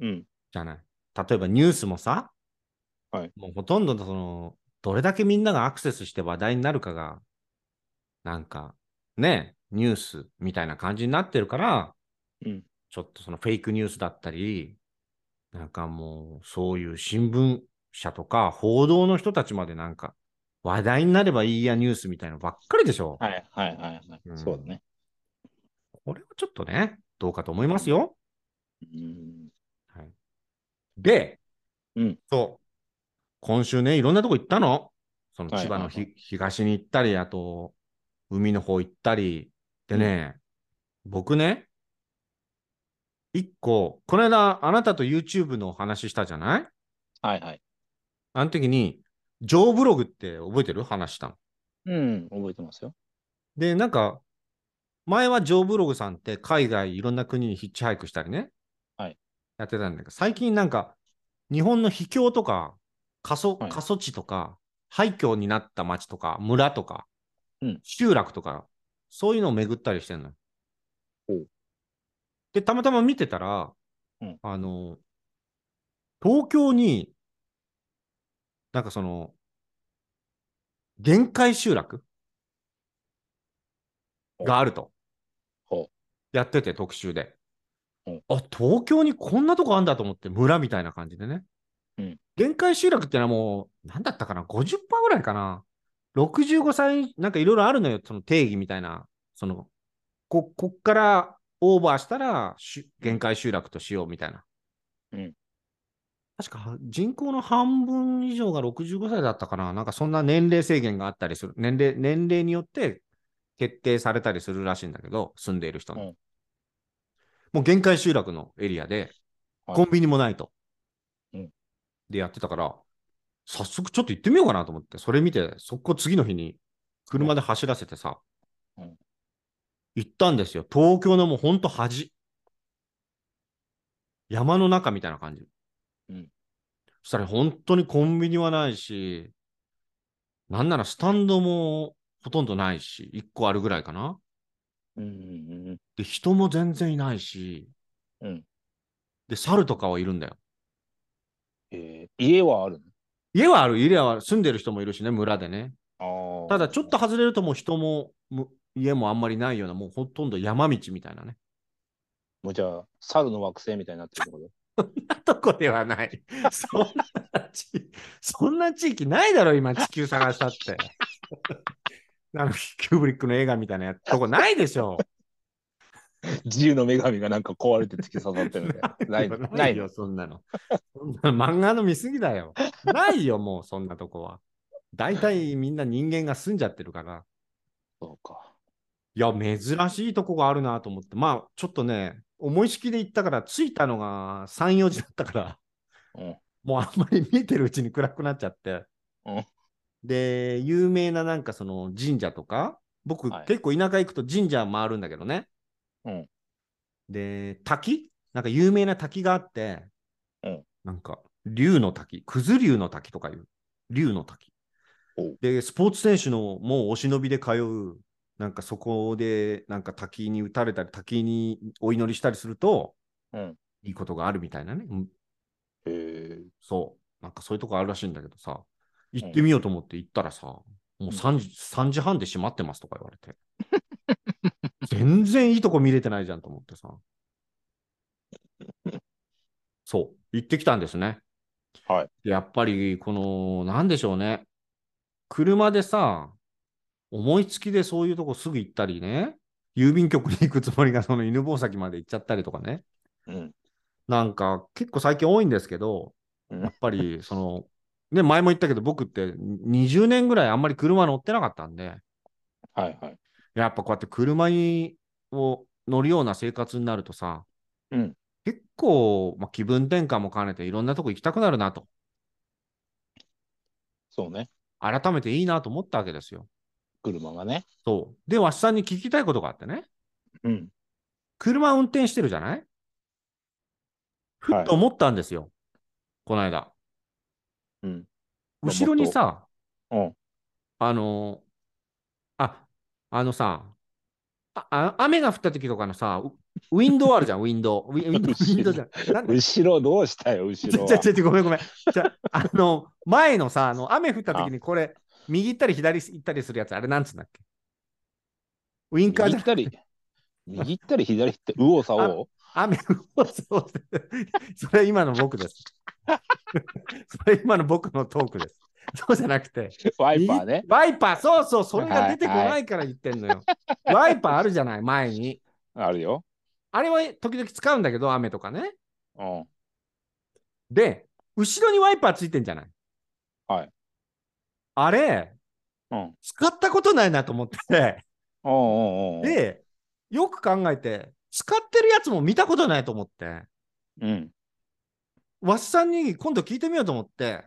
[SPEAKER 2] うん。
[SPEAKER 1] じゃない。例えばニュースもさ、
[SPEAKER 2] はい
[SPEAKER 1] もうほとんどのその、どれだけみんながアクセスして話題になるかが、なんか、ね、ニュースみたいな感じになってるから、
[SPEAKER 2] うん
[SPEAKER 1] ちょっとそのフェイクニュースだったり、なんかもう、そういう新聞社とか報道の人たちまでなんか、話題になればいいやニュースみたいなのばっかりでしょ。
[SPEAKER 2] はいはいはいはい。
[SPEAKER 1] うん
[SPEAKER 2] そうだね。
[SPEAKER 1] これはちょっとね、どうかと思いますよ。
[SPEAKER 2] うん。
[SPEAKER 1] はい、で、
[SPEAKER 2] うん
[SPEAKER 1] そう、今週ね、いろんなとこ行ったの。その
[SPEAKER 2] はい
[SPEAKER 1] 千葉のひ、
[SPEAKER 2] はい
[SPEAKER 1] 東に行ったり、あと、海の方行ったり。でね、僕ね、一個、この間、あなたと YouTube のお話したじゃない
[SPEAKER 2] はいはい。
[SPEAKER 1] あの時に、ジョーブログって覚えてる話したの。
[SPEAKER 2] うん、覚えてますよ。
[SPEAKER 1] で、なんか、前はジョーブログさんって海外いろんな国にヒッチハイクしたりね、
[SPEAKER 2] はい
[SPEAKER 1] やってたんだけど、最近なんか、日本の秘境とか、過疎
[SPEAKER 2] はい
[SPEAKER 1] 過疎地とか、廃墟になった町とか、村とか、
[SPEAKER 2] うん
[SPEAKER 1] 集落とか、そういうのを巡ったりしてんのよ
[SPEAKER 2] ほう。
[SPEAKER 1] で、たまたま見てたら、
[SPEAKER 2] うん
[SPEAKER 1] あの、東京に、なんかその、限界集落があると
[SPEAKER 2] ほ。
[SPEAKER 1] やってて、特集で
[SPEAKER 2] うん。
[SPEAKER 1] あ、東京にこんなとこあんだと思って、村みたいな感じでね。
[SPEAKER 2] うん
[SPEAKER 1] 限界集落ってのはもう、なんだったかな、50%ぐらいかな。65歳、なんかいろいろあるのよ、その定義みたいな。その、こ、こっからオーバーしたら、し限界集落としようみたいな。
[SPEAKER 2] うん
[SPEAKER 1] 確か人口の半分以上が65歳だったかな。なんかそんな年齢制限があったりする。年齢、年齢によって決定されたりするらしいんだけど、住んでいる人の。
[SPEAKER 2] うん
[SPEAKER 1] もう限界集落のエリアで、
[SPEAKER 2] はい
[SPEAKER 1] コンビニもないと。
[SPEAKER 2] うん
[SPEAKER 1] でやってたから、早速ちょっと行ってみようかなと思って、それ見て、そこ次の日に車で走らせてさ、
[SPEAKER 2] うん
[SPEAKER 1] 行ったんですよ。東京のもうほんと端。山の中みたいな感じ。
[SPEAKER 2] うん
[SPEAKER 1] そしたら本当にコンビニはないし、なんならスタンドもほとんどないし、1個あるぐらいかな。
[SPEAKER 2] うんうんうん。
[SPEAKER 1] で、人も全然いないし、
[SPEAKER 2] うん
[SPEAKER 1] で、猿とかはいるんだよ。
[SPEAKER 2] えー家はある
[SPEAKER 1] 家はある、家はある住んでる人もいるしね、村でね。
[SPEAKER 2] のあ
[SPEAKER 1] ただ、ちょっと
[SPEAKER 2] は、
[SPEAKER 1] 外れるともう人もむ家もあんまりないような、もうほとんど山道みたいなね。 [laughs]
[SPEAKER 2] もうじゃあ、猿の惑星みたいになってるってこと [laughs]
[SPEAKER 1] とこではない。 [laughs] そんな地そんな地域ないだろ、今、地球探したって。 [laughs] あの、キューブリックの映画みたいなやつとこないでしょ。
[SPEAKER 2] 自由の女神がなんか壊れて突き刺さってるみ
[SPEAKER 1] [laughs]
[SPEAKER 2] たい
[SPEAKER 1] よ
[SPEAKER 2] な。ない
[SPEAKER 1] な
[SPEAKER 2] のないい
[SPEAKER 1] よ、
[SPEAKER 2] の
[SPEAKER 1] そんなの。そんな漫画の見過ぎだよ。ないよ、もう、そんなとこは。大体みんな人間が住んじゃってるから。
[SPEAKER 2] そうか。
[SPEAKER 1] いや、珍しいとこがあるなと思って、まあ、ちょっとね、思い式で行ったから、着いたのが3、4時だったから、
[SPEAKER 2] うん。
[SPEAKER 1] もうあんまり見てるうちに暗くなっちゃって、
[SPEAKER 2] うん
[SPEAKER 1] で、有名ななんかその神社とか、僕、
[SPEAKER 2] はい
[SPEAKER 1] 結構田舎行くと神社回るんだけどね。
[SPEAKER 2] うん
[SPEAKER 1] で、滝なんか有名な滝があって、
[SPEAKER 2] うん
[SPEAKER 1] なんか、竜の滝、くず竜の滝とかいう、竜の滝
[SPEAKER 2] おう。
[SPEAKER 1] で、スポーツ選手のもうお忍びで通う、なんかそこで、なんか滝に打たれたり、滝にお祈りしたりすると、
[SPEAKER 2] うん
[SPEAKER 1] いいことがあるみたいなね。うん
[SPEAKER 2] へえ。
[SPEAKER 1] そう。なんかそういうとこあるらしいんだけどさ、行ってみようと思って行ったらさ、もう3時 ,3 時半で閉まってますとか言われて。 [laughs] 全然いいとこ見れてないじゃんと思ってさ。
[SPEAKER 2] [laughs]
[SPEAKER 1] そう、行ってきたんですね。
[SPEAKER 2] はい
[SPEAKER 1] で。やっぱり、この、なんでしょうね。車でさ、思いつきでそういうとこすぐ行ったりね、郵便局に行くつもりがその犬吠埼まで行っちゃったりとかね。
[SPEAKER 2] うん。
[SPEAKER 1] なんか結構最近多いんですけど、
[SPEAKER 2] うん
[SPEAKER 1] やっぱりその、ね、前も言ったけど、僕って20年ぐらいあんまり車乗ってなかったんで、
[SPEAKER 2] はいはい。
[SPEAKER 1] やっぱこうやって車にを乗るような生活になるとさ、
[SPEAKER 2] うん
[SPEAKER 1] 結構、まあ、気分転換も兼ねていろんなとこ行きたくなるなと、
[SPEAKER 2] そうね。
[SPEAKER 1] 改めていいなと思ったわけですよ。
[SPEAKER 2] 車がね。
[SPEAKER 1] そう。で、わしさんに聞きたいことがあってね、
[SPEAKER 2] うん。
[SPEAKER 1] 車運転してるじゃないふっと思ったんですよ、この間。
[SPEAKER 2] うん。
[SPEAKER 1] 後ろにさ、
[SPEAKER 2] うん。
[SPEAKER 1] あのーあ、あのさ、ああ雨が降った時とかのさ、ウウィンドウあるじゃん、ウィンドウ。ウィウィン [laughs] ドウウィンドウじゃん。なんで
[SPEAKER 2] 後ろどうしたよ、後
[SPEAKER 1] ち
[SPEAKER 2] ろ
[SPEAKER 1] ょ
[SPEAKER 2] は
[SPEAKER 1] ちょちょちょごめんごめん。じゃあ、あの、前のさ、あの雨降った時にこれ、右行ったり左行ったりするやつ、あれなんつうんだっけウインカー
[SPEAKER 2] 右
[SPEAKER 1] じゃ
[SPEAKER 2] 行っ
[SPEAKER 1] ん。
[SPEAKER 2] たり、右行ったり左行って、右往左往
[SPEAKER 1] 雨、そうそうそれ今の僕
[SPEAKER 2] [laughs]
[SPEAKER 1] です。それ今の僕のトークです。そうじゃなくて、
[SPEAKER 2] ワイパーね。
[SPEAKER 1] ワイパー、そうそう、それが出てこないから言ってんのよ。ワイパーあるじゃない、前に。
[SPEAKER 2] あるよ。
[SPEAKER 1] あれは時々使うんだけど、雨とかね。
[SPEAKER 2] うん。
[SPEAKER 1] で、後ろにワイパーついてんじゃない
[SPEAKER 2] はい。
[SPEAKER 1] あれ、
[SPEAKER 2] うん。
[SPEAKER 1] 使ったことないなと思って、
[SPEAKER 2] うんうんうん。、
[SPEAKER 1] で、よく考えて、使ってるやつも見たことないと思って、
[SPEAKER 2] うん。
[SPEAKER 1] わっさんに今度聞いてみようと思って、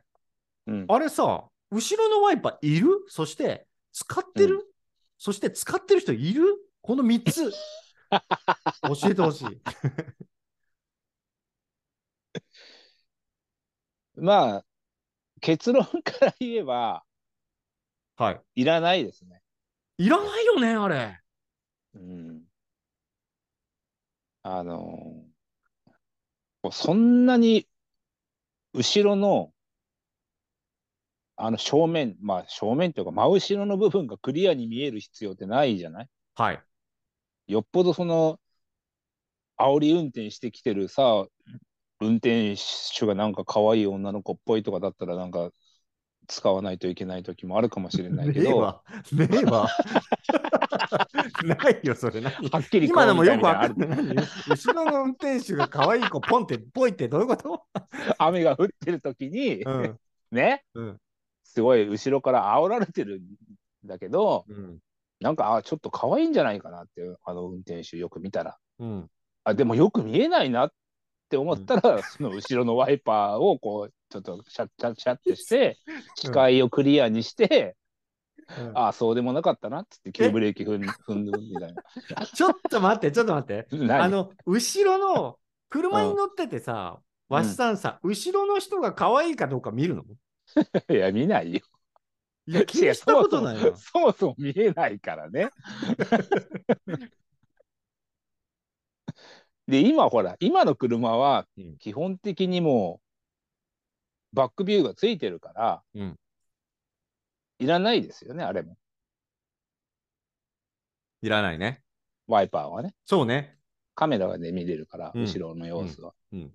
[SPEAKER 2] うん。
[SPEAKER 1] あれさ、後ろのワイパーいるそして、使ってる、
[SPEAKER 2] う
[SPEAKER 1] そして、使ってる人いるこの3つ。
[SPEAKER 2] [laughs]
[SPEAKER 1] 教えてほしい。
[SPEAKER 2] まあ、結論から言えば、
[SPEAKER 1] はい。
[SPEAKER 2] いらないですね。
[SPEAKER 1] いらないよね、あれ。
[SPEAKER 2] うん。あのーそんなに、後ろの、あの正面、まあ正面というか真後ろの部分がクリアに見える必要ってないじゃない
[SPEAKER 1] はい。
[SPEAKER 2] よっぽどその、煽り運転してきてるさ、運転手がなんか可愛い女の子っぽいとかだったらなんか使わないといけない時もあるかもしれないけ
[SPEAKER 1] [laughs] ねえ
[SPEAKER 2] ど、は
[SPEAKER 1] わ。ねえわ。
[SPEAKER 2] [laughs]
[SPEAKER 1] ないよ、それ。何
[SPEAKER 2] っきり
[SPEAKER 1] 今のもよく
[SPEAKER 2] わ
[SPEAKER 1] わかんない。何後ろの運転手が可愛い子、ポンって、ポイってどういう
[SPEAKER 2] [laughs]
[SPEAKER 1] こと、
[SPEAKER 2] 雨が降ってる時に、
[SPEAKER 1] うん、
[SPEAKER 2] ね、
[SPEAKER 1] うん
[SPEAKER 2] すごい後ろから煽られてるんだけど、
[SPEAKER 1] うん。
[SPEAKER 2] なんか、あ、ちょっと可愛いんじゃないかなっていう、あの運転手よく見たら。
[SPEAKER 1] うん。
[SPEAKER 2] あ、でもよく見えないなって思ったら、その後ろのワイパーをこう、ちょっとシャッシャッシャッってして、視界をクリアにして、
[SPEAKER 1] うん
[SPEAKER 2] あ、そうでもなかったなっつって急ブレーキ踏ん踏んでみたいな。
[SPEAKER 1] ちょっと待って、ちょっと待って。
[SPEAKER 2] 何
[SPEAKER 1] [laughs] あの、後ろの、車に乗っててさ、
[SPEAKER 2] うん
[SPEAKER 1] わしさんさ、後ろの人が可愛いかどうか見 [laughs] るの
[SPEAKER 2] [laughs] いや、見ないよ。
[SPEAKER 1] いや、気にしたことない
[SPEAKER 2] や
[SPEAKER 1] よ。
[SPEAKER 2] そもそもそもそも見えないからね。 [laughs] で、今ほら、今の車は
[SPEAKER 1] うん
[SPEAKER 2] 基本的にもうバックビューがついてるから、
[SPEAKER 1] うん
[SPEAKER 2] いらないですよね、あれも。
[SPEAKER 1] いらないね。
[SPEAKER 2] ワイパーはね。
[SPEAKER 1] そうね。
[SPEAKER 2] カメラがね、見れるから、
[SPEAKER 1] うん
[SPEAKER 2] 後ろの様子は。
[SPEAKER 1] うん。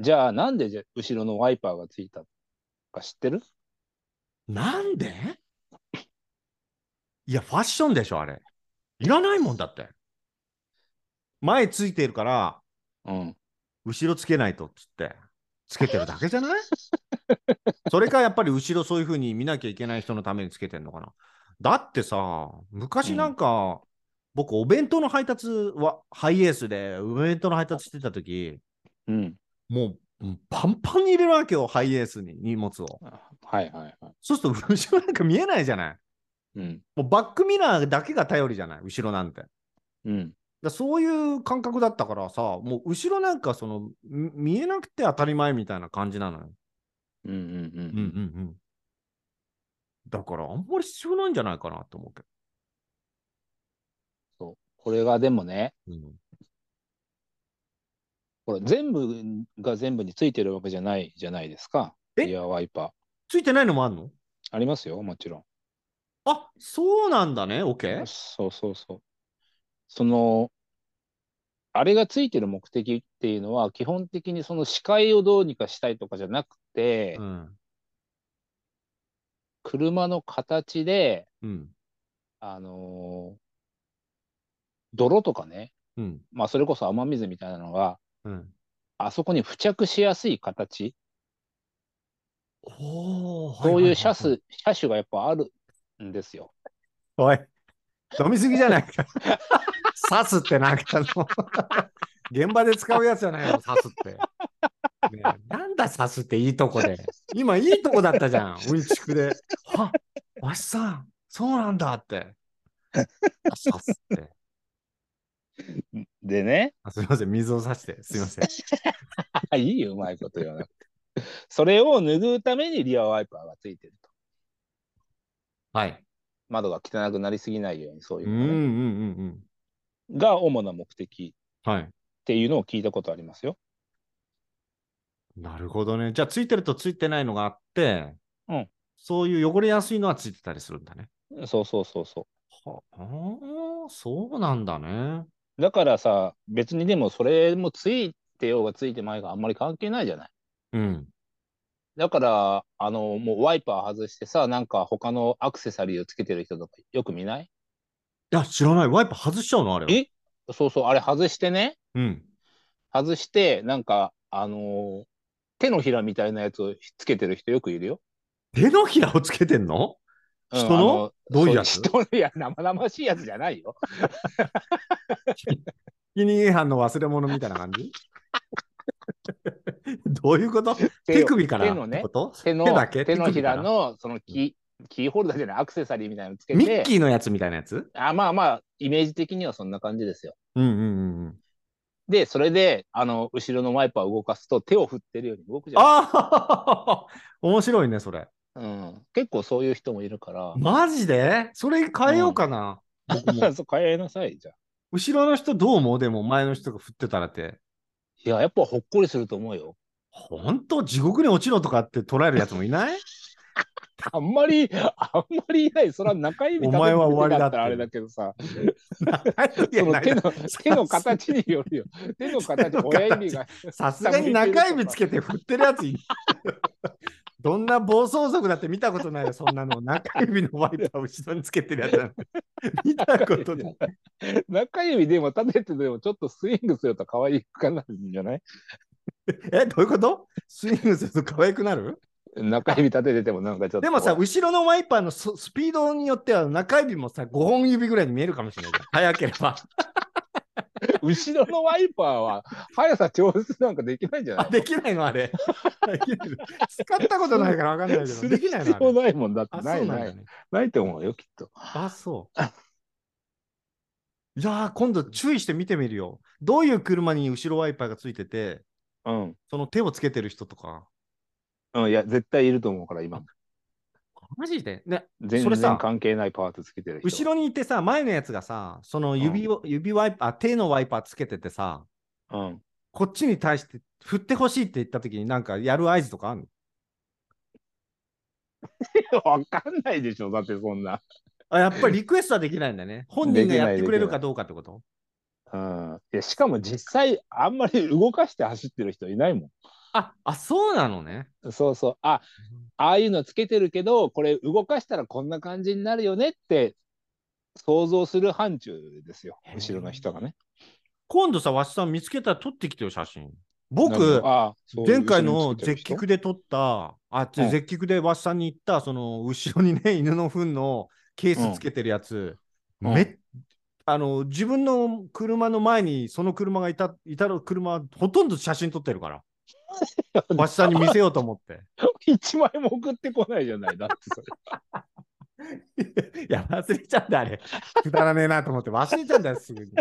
[SPEAKER 2] じゃあ、なんでじゃ後ろのワイパーがついたか知ってる
[SPEAKER 1] なんでいや、ファッションでしょ、あれ。いらないもんだって。前ついてるから、
[SPEAKER 2] うん。
[SPEAKER 1] 後ろつけないとっつって、つけてるだけじゃないそれかやっぱり後ろそういうふうに見なきゃいけない人のためにつけてんのかな。だってさ、昔なんか、僕、お弁当の配達はハイエースで、お弁当の配達してた時
[SPEAKER 2] うん。
[SPEAKER 1] もううんパンパンに入れるわけよ、ハイエースに荷物を。
[SPEAKER 2] はいはいはい。
[SPEAKER 1] そうすると、後ろなんか見えないじゃない。
[SPEAKER 2] うん。
[SPEAKER 1] もうバックミラーだけが頼りじゃない、後ろなんて。
[SPEAKER 2] うん。
[SPEAKER 1] だそういう感覚だったからさ、もう後ろなんかそのみ見えなくて当たり前みたいな感じなのよ。
[SPEAKER 2] うんうんう
[SPEAKER 1] うんうん
[SPEAKER 2] ん。
[SPEAKER 1] うん。だからあんまり必要ないんじゃないかなと思うけ
[SPEAKER 2] そう。これがでもね、
[SPEAKER 1] ど。
[SPEAKER 2] これ全部が全部についてるわけじゃないじゃないですか。
[SPEAKER 1] え
[SPEAKER 2] リアワイパー。
[SPEAKER 1] ついてないのもあるの
[SPEAKER 2] ありますよ、もちろん。
[SPEAKER 1] あそうなんだね、OK。
[SPEAKER 2] そうそうそう。その、あれがついてる目的っていうのは、基本的にその視界をどうにかしたいとかじゃなくて、
[SPEAKER 1] うん。
[SPEAKER 2] 車の形で、
[SPEAKER 1] うん。
[SPEAKER 2] あのー泥とかね、
[SPEAKER 1] うん。
[SPEAKER 2] まあ、それこそ雨水みたいなのが、
[SPEAKER 1] うん。
[SPEAKER 2] あそこに付着しやすい形、
[SPEAKER 1] おー
[SPEAKER 2] そういう車。種、車種がやっぱあるんですよ。
[SPEAKER 1] おい、飲みすぎじゃないか。刺すってなんかの現場で使うやつじゃないの、刺すって。ねえなんだ刺すっていいとこで。今いいとこだったじ
[SPEAKER 2] [laughs]
[SPEAKER 1] ゃん、うんちくで。はわしさん、そうなんだって。刺すって。
[SPEAKER 2] でね、
[SPEAKER 1] あすみません、水を刺して、すみま
[SPEAKER 2] [laughs]
[SPEAKER 1] せん。
[SPEAKER 2] あ [laughs] いいよ、うまいこと言わなくて。それを拭うためにリアワイパーがついてると。
[SPEAKER 1] はい。
[SPEAKER 2] 窓が汚くなりすぎないように、そういううんの
[SPEAKER 1] うん
[SPEAKER 2] がね、
[SPEAKER 1] うん
[SPEAKER 2] が主な目的
[SPEAKER 1] うん。はい。
[SPEAKER 2] っていうのを聞いたことありますよ。
[SPEAKER 1] なるほどね。じゃあ、ついてるとついてないのがあって、
[SPEAKER 2] うん
[SPEAKER 1] そういう汚れやすいのはついてたりするんだね。
[SPEAKER 2] そうそうそうそ
[SPEAKER 1] はあ、そうなんだね。
[SPEAKER 2] う。だからさ、別にでもそれもついてようがついてまいがあんまり関係ないじゃない。
[SPEAKER 1] うん。
[SPEAKER 2] だから、あの、もうワイパー外してさ、なんか他のアクセサリーをつけてる人とかよく見ない
[SPEAKER 1] いや、知らない。ワイパー外しちゃうのあれは。
[SPEAKER 2] えそうそう、あれ外してね、
[SPEAKER 1] うん。
[SPEAKER 2] 外して、なんか、あの手のひらみたいなやつをつけてる人よくいるよ。
[SPEAKER 1] 手のひらをつけてんの
[SPEAKER 2] うん
[SPEAKER 1] 人の
[SPEAKER 2] あ
[SPEAKER 1] どういうやつ
[SPEAKER 2] そ人の、いや、生々しいやつじゃないよ。
[SPEAKER 1] 責任違反の忘れ物みたいな感じ [laughs] どういうこと
[SPEAKER 2] 手を
[SPEAKER 1] 手首から
[SPEAKER 2] 手のね
[SPEAKER 1] ってこと
[SPEAKER 2] 手の、
[SPEAKER 1] 手だけ
[SPEAKER 2] 手のひら
[SPEAKER 1] 手首
[SPEAKER 2] の、そのキー、キーホルダーじゃない、アクセサリーみたいなのつけて。
[SPEAKER 1] ミッキーのやつみたいなやつ
[SPEAKER 2] あまあまあ、イメージ的にはそんな感じですよ。
[SPEAKER 1] うんうんうんうん。
[SPEAKER 2] で、それで、あの、後ろのワイパーを動かすと、手を振ってるように動くじゃん。
[SPEAKER 1] ああ面白いね、それ。
[SPEAKER 2] うん、結構そういう人もいるから、
[SPEAKER 1] マジでそれ変えようかな。僕も
[SPEAKER 2] [laughs] そう変えなさい、じゃあ。
[SPEAKER 1] 後ろの人どう思うでも前の人が振ってたらって。
[SPEAKER 2] いや、やっぱほっこりすると思うよ。
[SPEAKER 1] ほんと地獄に落ちろとかって捉えるやつもい
[SPEAKER 2] [laughs]
[SPEAKER 1] ない
[SPEAKER 2] あんまり、あんまりいない。それは中指
[SPEAKER 1] お前は終わりだ
[SPEAKER 2] だ
[SPEAKER 1] っ
[SPEAKER 2] ってたらあれだけどさ、
[SPEAKER 1] い
[SPEAKER 2] そ
[SPEAKER 1] や
[SPEAKER 2] の
[SPEAKER 1] ない
[SPEAKER 2] 手の手の形によるよ。手
[SPEAKER 1] [laughs]
[SPEAKER 2] の形、
[SPEAKER 1] 手の形
[SPEAKER 2] 親指が。
[SPEAKER 1] さすがに中指つけて振ってるやついるどんな暴走族だって見たことないよ、そんなの。中指のワイパーを後ろにつけてるやつなんて見たことない。
[SPEAKER 2] 中指でも立ててでもちょっとスイングすると可愛いくなるんじゃない
[SPEAKER 1] え、どういうことスイングすると可愛くなる
[SPEAKER 2] 中指立てててもなんかちょっと。
[SPEAKER 1] でもさ、、後ろのワイパーのそスピードによっては中指もさ、5本指ぐらいに見えるかもしれないじゃん。早ければ。
[SPEAKER 2] 後ろのワイパーは速さ調節なんかできないんじゃな
[SPEAKER 1] あ、
[SPEAKER 2] い
[SPEAKER 1] できないのあれ。できないの使ったことないから分かんないけど、
[SPEAKER 2] す
[SPEAKER 1] で
[SPEAKER 2] る
[SPEAKER 1] き
[SPEAKER 2] 必
[SPEAKER 1] ないのあ
[SPEAKER 2] 要
[SPEAKER 1] れ。
[SPEAKER 2] ないもんだって
[SPEAKER 1] あ、
[SPEAKER 2] な
[SPEAKER 1] そう
[SPEAKER 2] い
[SPEAKER 1] なん
[SPEAKER 2] な
[SPEAKER 1] だ
[SPEAKER 2] い
[SPEAKER 1] ね。
[SPEAKER 2] ないと思うよきっと
[SPEAKER 1] あ、そう。いやー、今度注意して見てみるよ。どういう車に後ろワイパーがついてて、
[SPEAKER 2] うん、
[SPEAKER 1] その手をつけてる人とか。
[SPEAKER 2] うん、いや絶対いると思うから今も
[SPEAKER 1] マジでね、そ
[SPEAKER 2] 全
[SPEAKER 1] れさ
[SPEAKER 2] 然関係ないパーツつけてる人
[SPEAKER 1] 後ろにいてさ、前のやつがさ、その指を、指ワイパー、手のワイパーつけててさ、
[SPEAKER 2] ろ、うん、 [laughs]
[SPEAKER 1] こっちに対して振ってほしいって言った時になんかやる合図とかあるの
[SPEAKER 2] 分かんないでしょだってそんな、
[SPEAKER 1] あ、やっぱりリクエストはできないんだね。 [laughs] 本人がやってくれるか
[SPEAKER 2] できないできない
[SPEAKER 1] どうかってこと
[SPEAKER 2] うん、いやしかも実際あんまり動かして走ってる人いないも
[SPEAKER 1] あ、あ、そうなのね。
[SPEAKER 2] んそうそうあああいうのつけてるけどこれ動かしたらこんな感じになるよねって想像する範疇ですよ後ろの人がね
[SPEAKER 1] 今度さ、わしさん見つけたら撮ってきてよ、写真。
[SPEAKER 2] なん
[SPEAKER 1] 僕、
[SPEAKER 2] かああそう
[SPEAKER 1] 前回
[SPEAKER 2] 後ろ
[SPEAKER 1] の
[SPEAKER 2] につけてる
[SPEAKER 1] 絶
[SPEAKER 2] 人 [laughs]
[SPEAKER 1] 菊で撮った、あ、
[SPEAKER 2] うん
[SPEAKER 1] 絶菊でわしさんに行った、その後ろにね、 [laughs] 犬の糞のケースつけてるやつ、
[SPEAKER 2] うん
[SPEAKER 1] め
[SPEAKER 2] うん
[SPEAKER 1] あの自分の車の前にその車がいた、いた車、ほとんど写真撮ってるから。わしさんに見せようと思って。
[SPEAKER 2] 一枚も送ってこないじゃない。だってそれ。
[SPEAKER 1] [laughs]
[SPEAKER 2] [laughs]
[SPEAKER 1] いや、忘れちゃうんだ、あれ。くだらねえなと思って、忘れちゃうんだよ、すぐに。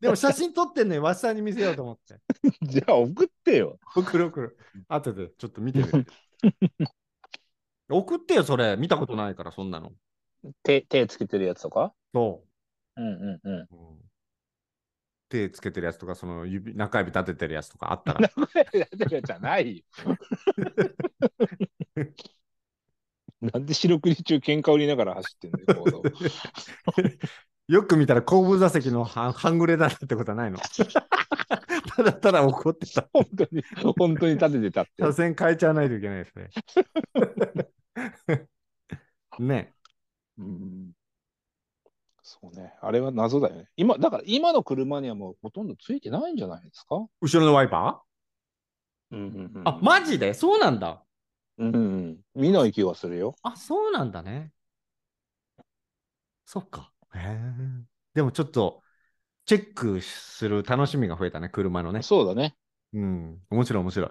[SPEAKER 1] でも写真撮ってんのに、わしさんに見せようと思って。
[SPEAKER 2] じゃあ送ってよ。
[SPEAKER 1] 送る送る。後でちょっと見てみる。 [laughs] 送ってよ、それ。見たことないから、そんなの。
[SPEAKER 2] 手、手つけてるやつとか
[SPEAKER 1] そ
[SPEAKER 2] うんうんうん。
[SPEAKER 1] う。うん手つけてるやつとか、その指、中指立ててるやつとかあったら。
[SPEAKER 2] やってるやつじゃない [laughs] よ。なんで四六時中喧嘩売りながら走ってんのよ、行 [laughs] 動。
[SPEAKER 1] [laughs] よく見たら後部座席の半半グレだったってことはないの。た [laughs] だただ怒ってた。
[SPEAKER 2] 本当に、本当に立ててたって
[SPEAKER 1] 車。線変えちゃわないといけないですね。 [laughs] ね
[SPEAKER 2] うんそうね。あれは謎だよね。今、だから今の車にはもうほとんどついてないんじゃないですか
[SPEAKER 1] 後ろのワイパ
[SPEAKER 2] うんうんうん
[SPEAKER 1] ーあ、マジでそうなんだ。
[SPEAKER 2] うんうん。見ない気がするよ。
[SPEAKER 1] あ、そうなんだね。そっか。へえ。でもちょっと、チェックする楽しみが増えたね、車のね。
[SPEAKER 2] そうだね。
[SPEAKER 1] うん、面白い面白い。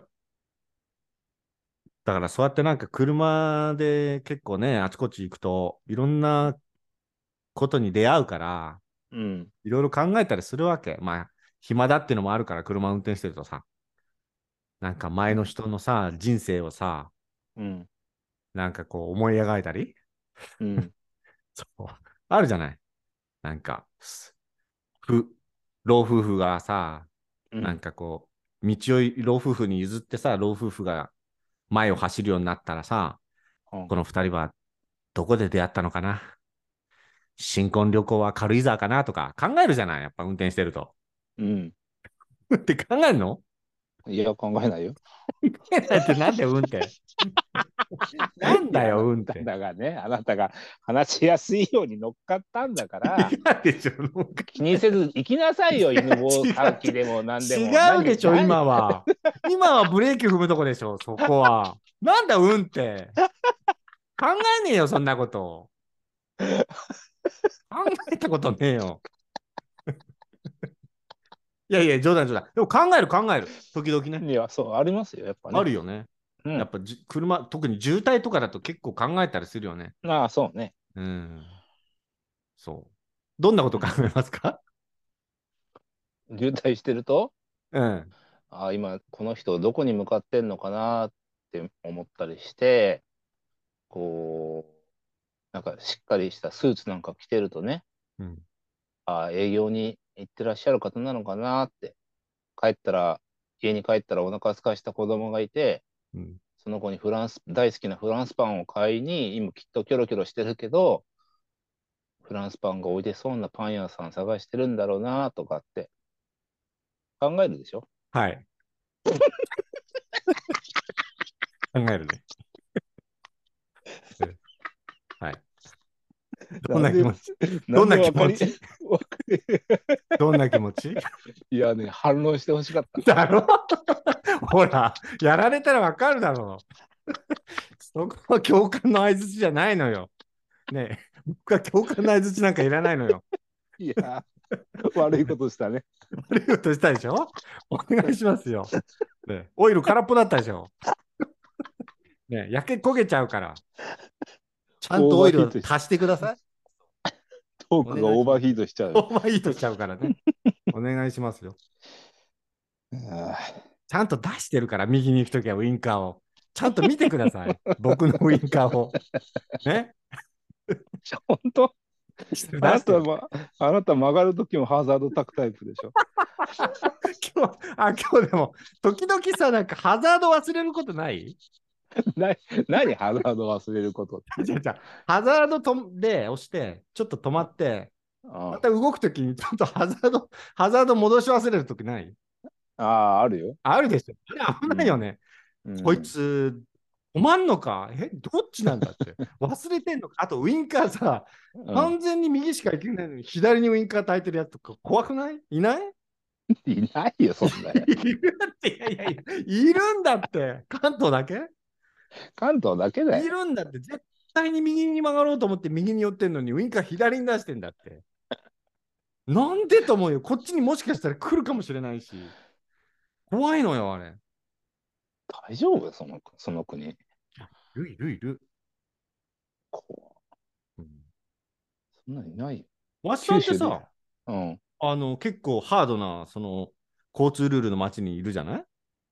[SPEAKER 1] だからそうやってなんか車で結構ね、あちこち行くといろんなことに出会うから、
[SPEAKER 2] うん。
[SPEAKER 1] いろいろ考えたりするわけ。まあ、暇だっていうのもあるから、車運転してるとさ。なんか前の人のさ、人生をさ、
[SPEAKER 2] うん。
[SPEAKER 1] なんかこう思い描いたり。
[SPEAKER 2] うん。
[SPEAKER 1] [laughs] そう。あるじゃない。なんか、すふ、老夫婦がさ、なんかこう、道を老夫婦に譲ってさ、老夫婦が前を走るようになったらさ、
[SPEAKER 2] うん
[SPEAKER 1] この二人はどこで出会ったのかな新婚旅行は軽井沢かなとか考えるじゃないやっぱ運転してると。 [laughs]
[SPEAKER 2] うん。
[SPEAKER 1] って考えるの [laughs]
[SPEAKER 2] いや、考えないよ。
[SPEAKER 1] 考えないってなんで運転なんだよ、運転。
[SPEAKER 2] だがね、あなたが話しやすいように乗っかったんだ
[SPEAKER 1] [laughs]
[SPEAKER 2] から、
[SPEAKER 1] なんでしょなん [laughs] か
[SPEAKER 2] 気にせず行きなさいよ、犬
[SPEAKER 1] [laughs]
[SPEAKER 2] を歩きでも何でも。
[SPEAKER 1] 違うでしょ、
[SPEAKER 2] 何
[SPEAKER 1] 今。は。今はブレーキ踏むとこでしょ、そこは。なんだ、運転。考えねえよ、そんなこと。考えたことねえよ。いやいや、冗談冗談。でも考える、考える。時々ね。
[SPEAKER 2] いや、そう、ありますよ、やっぱね。
[SPEAKER 1] あるよね。
[SPEAKER 2] うん
[SPEAKER 1] やっぱじ車、特に渋滞とかだと結構考えたりするよね。
[SPEAKER 2] ああ、そうね。
[SPEAKER 1] うん。そう。どんなこと考えますか
[SPEAKER 2] 渋滞してると、
[SPEAKER 1] うん。
[SPEAKER 2] ああ、今、この人、どこに向かってんのかなって思ったりして、こう、なんかしっかりしたスーツなんか着てるとね、
[SPEAKER 1] うん。
[SPEAKER 2] ああ、営業に行ってらっしゃる方なのかなって、帰ったら、家に帰ったらお腹空かした子供がいて、
[SPEAKER 1] うん
[SPEAKER 2] その子にフランス、大好きなフランスパンを買いに、今きっとキョロキョロしてるけど、フランスパンが置いてそうなパン屋さん探してるんだろうなとかって、考えるでしょ
[SPEAKER 1] はい。 [laughs] 考えるね。はい。どんな気持ちどんな気持ち
[SPEAKER 2] わかり
[SPEAKER 1] どんな気持ち [laughs]
[SPEAKER 2] いやね、反論してほしかった。
[SPEAKER 1] だろ [laughs] ほら、やられたらわかるだろそこは共感の相槌じゃないのよ。ねえ、僕は共感の相槌なんかいらないのよ。
[SPEAKER 2] いや、悪いことしたね。
[SPEAKER 1] 悪いことしたでしょお願いしますよ。ね、オイル空っぽだったでしょね、焼け焦げちゃうから。ちゃんとオイルを足してください。
[SPEAKER 2] トークがオーバーヒートしちゃう。
[SPEAKER 1] オーバーヒートしちゃうからね。お願いしますよ。
[SPEAKER 2] あ
[SPEAKER 1] ちゃんと出してるから、右に行くときはウインカーを。ちゃんと見てください。僕のウインカーを。ね。
[SPEAKER 2] ー本当
[SPEAKER 1] 出してる
[SPEAKER 2] あなたは、あなた曲がる時もハザードタクタイプでしょ。 [laughs]
[SPEAKER 1] 今日、あ、今日でも、時々さ、なんかハザード忘れることない
[SPEAKER 2] な何ハザード忘れることって。
[SPEAKER 1] 違う違うハザードとで押して、ちょっと止まって、
[SPEAKER 2] あ
[SPEAKER 1] また動くときにちょっと [laughs] ハザード、ハザード戻し忘れるときない
[SPEAKER 2] あー、あるよ。
[SPEAKER 1] あるでしょ。あれ危ないよね。
[SPEAKER 2] うん
[SPEAKER 1] こいつ、止まんのかえ、どっちなんだ
[SPEAKER 2] [laughs]
[SPEAKER 1] って。忘れてんのかあとウインカーさ、
[SPEAKER 2] うん
[SPEAKER 1] 完全に右しか行けないのに、左にウインカー焚いてるやつとか怖くないい [laughs] ない
[SPEAKER 2] いないよ、そんな [laughs] やつ
[SPEAKER 1] いるって、いやいやいや、いるんだって。関東だけ
[SPEAKER 2] 関東だけだ
[SPEAKER 1] い
[SPEAKER 2] よ。
[SPEAKER 1] るんだって。絶対に右に曲がろうと思って右に寄ってんのに、ウインカー左に出してんだって。なんでと思うよ。こっちにもしかしたら来るかもしれないし。怖いのよ、あれ。
[SPEAKER 2] 大丈夫そのその国。
[SPEAKER 1] いるいるいる。
[SPEAKER 2] こ
[SPEAKER 1] うん
[SPEAKER 2] うそんなにないよ。
[SPEAKER 1] ワッションって
[SPEAKER 2] 九州
[SPEAKER 1] さ
[SPEAKER 2] で、うん。
[SPEAKER 1] あの、結構ハードな、その、交通ルールの街にいるじゃない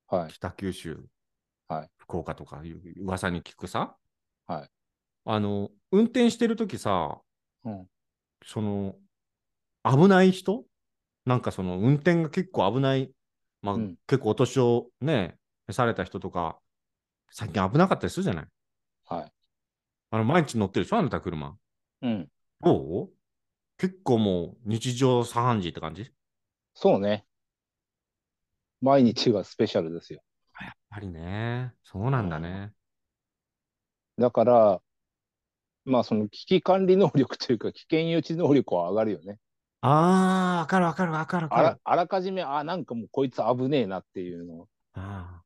[SPEAKER 2] はい。
[SPEAKER 1] 北九州、
[SPEAKER 2] はい
[SPEAKER 1] 福岡とかいう噂に聞くさ、
[SPEAKER 2] はい
[SPEAKER 1] あの運転してるときさ、
[SPEAKER 2] うん
[SPEAKER 1] その危ない人なんかその運転が結構危ない、まあ
[SPEAKER 2] うん
[SPEAKER 1] 結構お年をね召された人とか最近危なかったりするじゃない
[SPEAKER 2] はい。
[SPEAKER 1] あの毎日乗ってるでしょあなた車
[SPEAKER 2] うん。
[SPEAKER 1] どう結構もう日常茶飯事って感じ
[SPEAKER 2] そうね。毎日がスペシャルですよ。
[SPEAKER 1] やっぱりねそうなんだね、
[SPEAKER 2] だから、まあその危機管理能力というか危険予知能力は上がるよね。
[SPEAKER 1] あーわかるわかるわかるわ
[SPEAKER 2] あ
[SPEAKER 1] からる
[SPEAKER 2] あらかじめ、あ、なんかもうこいつ危ねえなっていうの。
[SPEAKER 1] あ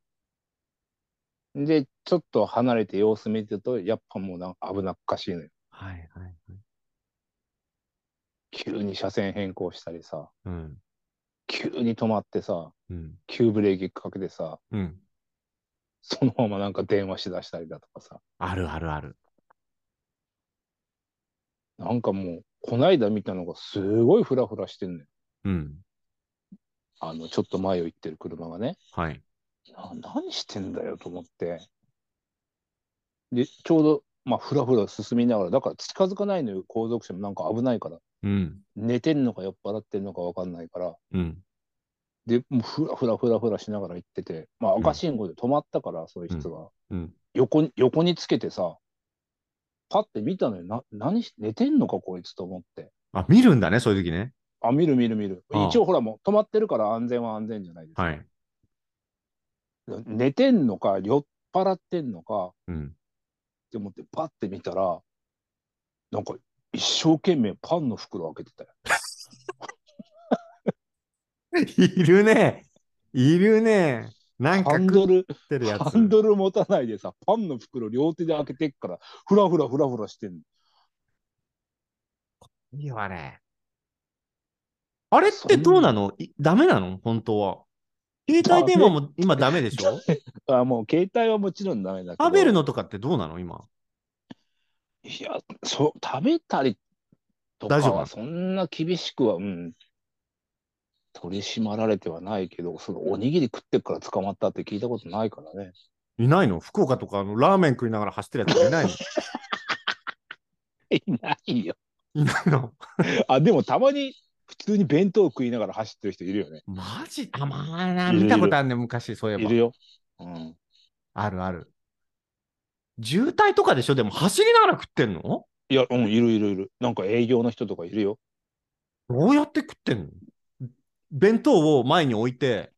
[SPEAKER 2] で、ちょっと離れて様子見てると、やっぱもうなんか危なっかしいのよ。
[SPEAKER 1] ーはいはいはい
[SPEAKER 2] 急に車線変更したりさ、
[SPEAKER 1] うん
[SPEAKER 2] 急に止まってさ、
[SPEAKER 1] うん
[SPEAKER 2] 急ブレーキかけてさ、
[SPEAKER 1] うん
[SPEAKER 2] そのままなんか電話しだしたりだとかさ、
[SPEAKER 1] あるあるある。
[SPEAKER 2] なんかもう、こないだ見たのがすごいフラフラしてんのよ。
[SPEAKER 1] うん。
[SPEAKER 2] あの、ちょっと前を行ってる車がね。
[SPEAKER 1] はい。
[SPEAKER 2] な何してんだよと思って。で、ちょうど、まあ、ふらふら進みながら、だから近づかないのよ、後続車もなんか危ないから。
[SPEAKER 1] うん。
[SPEAKER 2] 寝てんのか酔っ払ってんのか分かんないから。
[SPEAKER 1] うん。
[SPEAKER 2] で、もうふらふらふらふらしながら行ってて、まあ、
[SPEAKER 1] うん
[SPEAKER 2] 赤信号で止まったから、その人が。
[SPEAKER 1] うん。
[SPEAKER 2] 横に、横につけてさ、パッて見たのよ。な、何し、寝てんのか、こいつと思って。
[SPEAKER 1] あ、見るんだね、そういう時ね。
[SPEAKER 2] あ、見る見る見る。
[SPEAKER 1] ああ
[SPEAKER 2] 一応ほら、もう止まってるから安全は安全じゃないですか。
[SPEAKER 1] はい。
[SPEAKER 2] 寝てんのか、酔っ払ってんのか、
[SPEAKER 1] うん。 [laughs]
[SPEAKER 2] って思ってパッて見たらなんか一生懸命パンの袋開けてたよ
[SPEAKER 1] いるね。いるね。なんか
[SPEAKER 2] ハンド
[SPEAKER 1] 食っ
[SPEAKER 2] ル
[SPEAKER 1] てるや
[SPEAKER 2] ハ
[SPEAKER 1] つ。
[SPEAKER 2] ンドル持たないでさパンの袋両手で開けてっからフラフラフラフラしてんの
[SPEAKER 1] いいわね。あれってどうなのいダメなの本当は。携帯電話も今ダメでし
[SPEAKER 2] [laughs]
[SPEAKER 1] ょ
[SPEAKER 2] あもう携帯はもちろんダメだけど
[SPEAKER 1] 食べるのとかってどうなの今。
[SPEAKER 2] いやそう食べたりとか
[SPEAKER 1] 大丈夫なの
[SPEAKER 2] はそんな厳しくはうん取り締まられてはないけどそのおにぎり食ってっから捕まったって聞いたことないからね [laughs]
[SPEAKER 1] いないの福岡とかあのラーメン食いながら走ってるやつい
[SPEAKER 2] [laughs]
[SPEAKER 1] ないの
[SPEAKER 2] いないよ
[SPEAKER 1] いないの
[SPEAKER 2] あでもたまに普通に弁当食いながら走ってる人いるよね
[SPEAKER 1] マジたまーない
[SPEAKER 2] るいる
[SPEAKER 1] 見たことあるね、昔、そういえば。
[SPEAKER 2] いるよ。うん。
[SPEAKER 1] あるある。渋滞とかでしょでも走りながら食ってんのど
[SPEAKER 2] いや、うん、いるいるいる。なんか営業の人とかいるよ。
[SPEAKER 1] うやって食ってんの弁当を前に置いて、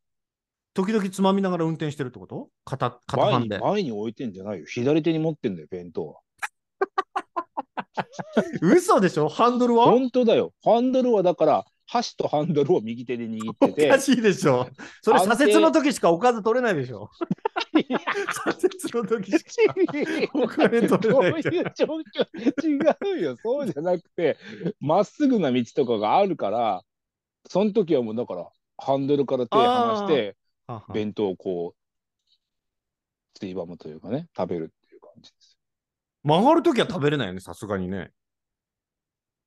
[SPEAKER 1] 時々つまみながら運転してるってこと片片
[SPEAKER 2] 前
[SPEAKER 1] 半
[SPEAKER 2] に、
[SPEAKER 1] で。
[SPEAKER 2] 前に置いてんじゃないよ。左手に持ってんだよ、弁当は。
[SPEAKER 1] 嘘でしょハンドルは
[SPEAKER 2] 本当だよ。ハンドルはだから、箸とハンドルを右手で握って
[SPEAKER 1] お
[SPEAKER 2] て
[SPEAKER 1] か、しいでしょそれ
[SPEAKER 2] 安定
[SPEAKER 1] 左折の時しかおかず取れないでしょ左折の時しか。お金取れ
[SPEAKER 2] [laughs] どう
[SPEAKER 1] ないいう
[SPEAKER 2] 状況違うよ。そうじゃなくて、まっすぐな道とかがあるから、その時はもうだから、ハンドルから手離して、
[SPEAKER 1] はは
[SPEAKER 2] 弁当をこう、ついばむというかね、食べるっていう感じです。
[SPEAKER 1] 曲がる時は食べれないよね、さすがにね。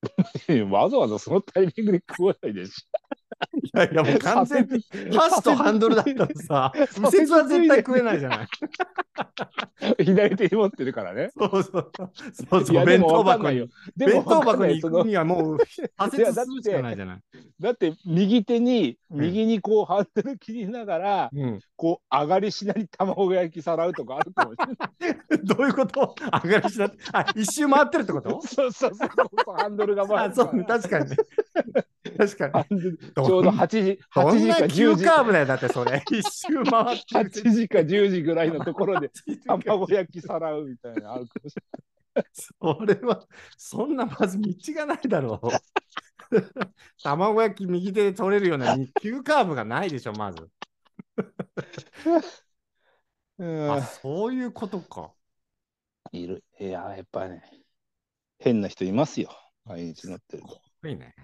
[SPEAKER 2] [laughs] わざわざそのタイミングで食わないでし
[SPEAKER 1] いやいや、もう
[SPEAKER 2] ょ。
[SPEAKER 1] 完全に。
[SPEAKER 2] [laughs] に
[SPEAKER 1] 箸とハンドルだったらさ、右折は絶対食えないじゃない。
[SPEAKER 2] 左手に持ってるからね。
[SPEAKER 1] そうそう。そう
[SPEAKER 2] い
[SPEAKER 1] そう、
[SPEAKER 2] やで
[SPEAKER 1] 弁
[SPEAKER 2] も
[SPEAKER 1] 当
[SPEAKER 2] わかん
[SPEAKER 1] 箱
[SPEAKER 2] ないよ
[SPEAKER 1] に。。
[SPEAKER 2] でも
[SPEAKER 1] 弁当
[SPEAKER 2] わかん
[SPEAKER 1] 箱
[SPEAKER 2] ない
[SPEAKER 1] に
[SPEAKER 2] そ
[SPEAKER 1] 行
[SPEAKER 2] の
[SPEAKER 1] く [laughs] にはもう左
[SPEAKER 2] い
[SPEAKER 1] 折
[SPEAKER 2] やだ
[SPEAKER 1] す
[SPEAKER 2] って
[SPEAKER 1] るしかないじゃない。
[SPEAKER 2] だって右手に、
[SPEAKER 1] うん
[SPEAKER 2] 右にこうハンドル切りながら、
[SPEAKER 1] うん、
[SPEAKER 2] こう上がりしなり卵焼きさらうとかあるかもしれない。
[SPEAKER 1] どういうこと上がりしだあ、一周回ってるってこと
[SPEAKER 2] [laughs] そうそうそうそう。ハンドルが回
[SPEAKER 1] あ、
[SPEAKER 2] るか
[SPEAKER 1] そ
[SPEAKER 2] ら
[SPEAKER 1] う、確かにね。確か
[SPEAKER 2] ハ
[SPEAKER 1] に。
[SPEAKER 2] ンドルち
[SPEAKER 1] どん
[SPEAKER 2] ょうど8時、
[SPEAKER 1] ど
[SPEAKER 2] 8
[SPEAKER 1] ん
[SPEAKER 2] 時
[SPEAKER 1] な
[SPEAKER 2] か
[SPEAKER 1] 急
[SPEAKER 2] 10時。
[SPEAKER 1] カーブだよ、だってそれ。一周回ってる。
[SPEAKER 2] 8時か10時ぐらいのと
[SPEAKER 1] [laughs]
[SPEAKER 2] ころで卵焼きさらうみたいなのあるかもしれ
[SPEAKER 1] それは、そんなまず道がないだろう。 [laughs] 卵焼き右手で取れるような急カーブがないでしょ、まず。 [laughs]
[SPEAKER 2] ない。うん
[SPEAKER 1] あ、そういうことか。
[SPEAKER 2] いる。いや、やっぱね、変な人いますよ。毎日乗ってると。
[SPEAKER 1] すごいね。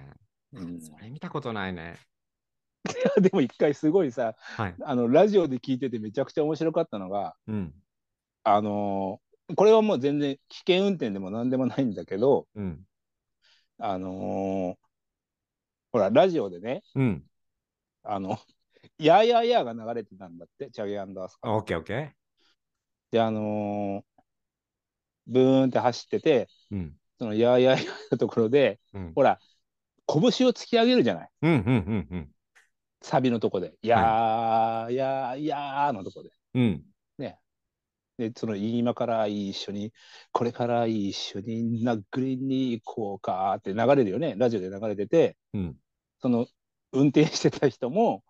[SPEAKER 2] うん
[SPEAKER 1] それ見たことないね。
[SPEAKER 2] [laughs] でも一回すごいさ、
[SPEAKER 1] はい。
[SPEAKER 2] あの、ラジオで聞いててめちゃくちゃ面白かったのが、
[SPEAKER 1] うん。
[SPEAKER 2] あのーこれはもう全然危険運転でも何でもないんだけど、
[SPEAKER 1] うん。
[SPEAKER 2] あのーほら、ラジオでね、
[SPEAKER 1] うん。
[SPEAKER 2] あの、 [laughs] やーやーやーが流れてたんだって、チャゲアンダースカ
[SPEAKER 1] オッケーオッケー。
[SPEAKER 2] で、あのーブーンって走ってて、
[SPEAKER 1] うん。
[SPEAKER 2] そのやーやーやーのところで、
[SPEAKER 1] うん。
[SPEAKER 2] ほら、拳を突き上げるじゃない。
[SPEAKER 1] うん。うん。うん。
[SPEAKER 2] サビのとこで、やーやーやーのとこで。
[SPEAKER 1] うん。
[SPEAKER 2] で、その今から一緒に、これから一緒に殴りに行こうかって流れるよね、ラジオで流れてて、
[SPEAKER 1] うん。
[SPEAKER 2] その運転してた人も、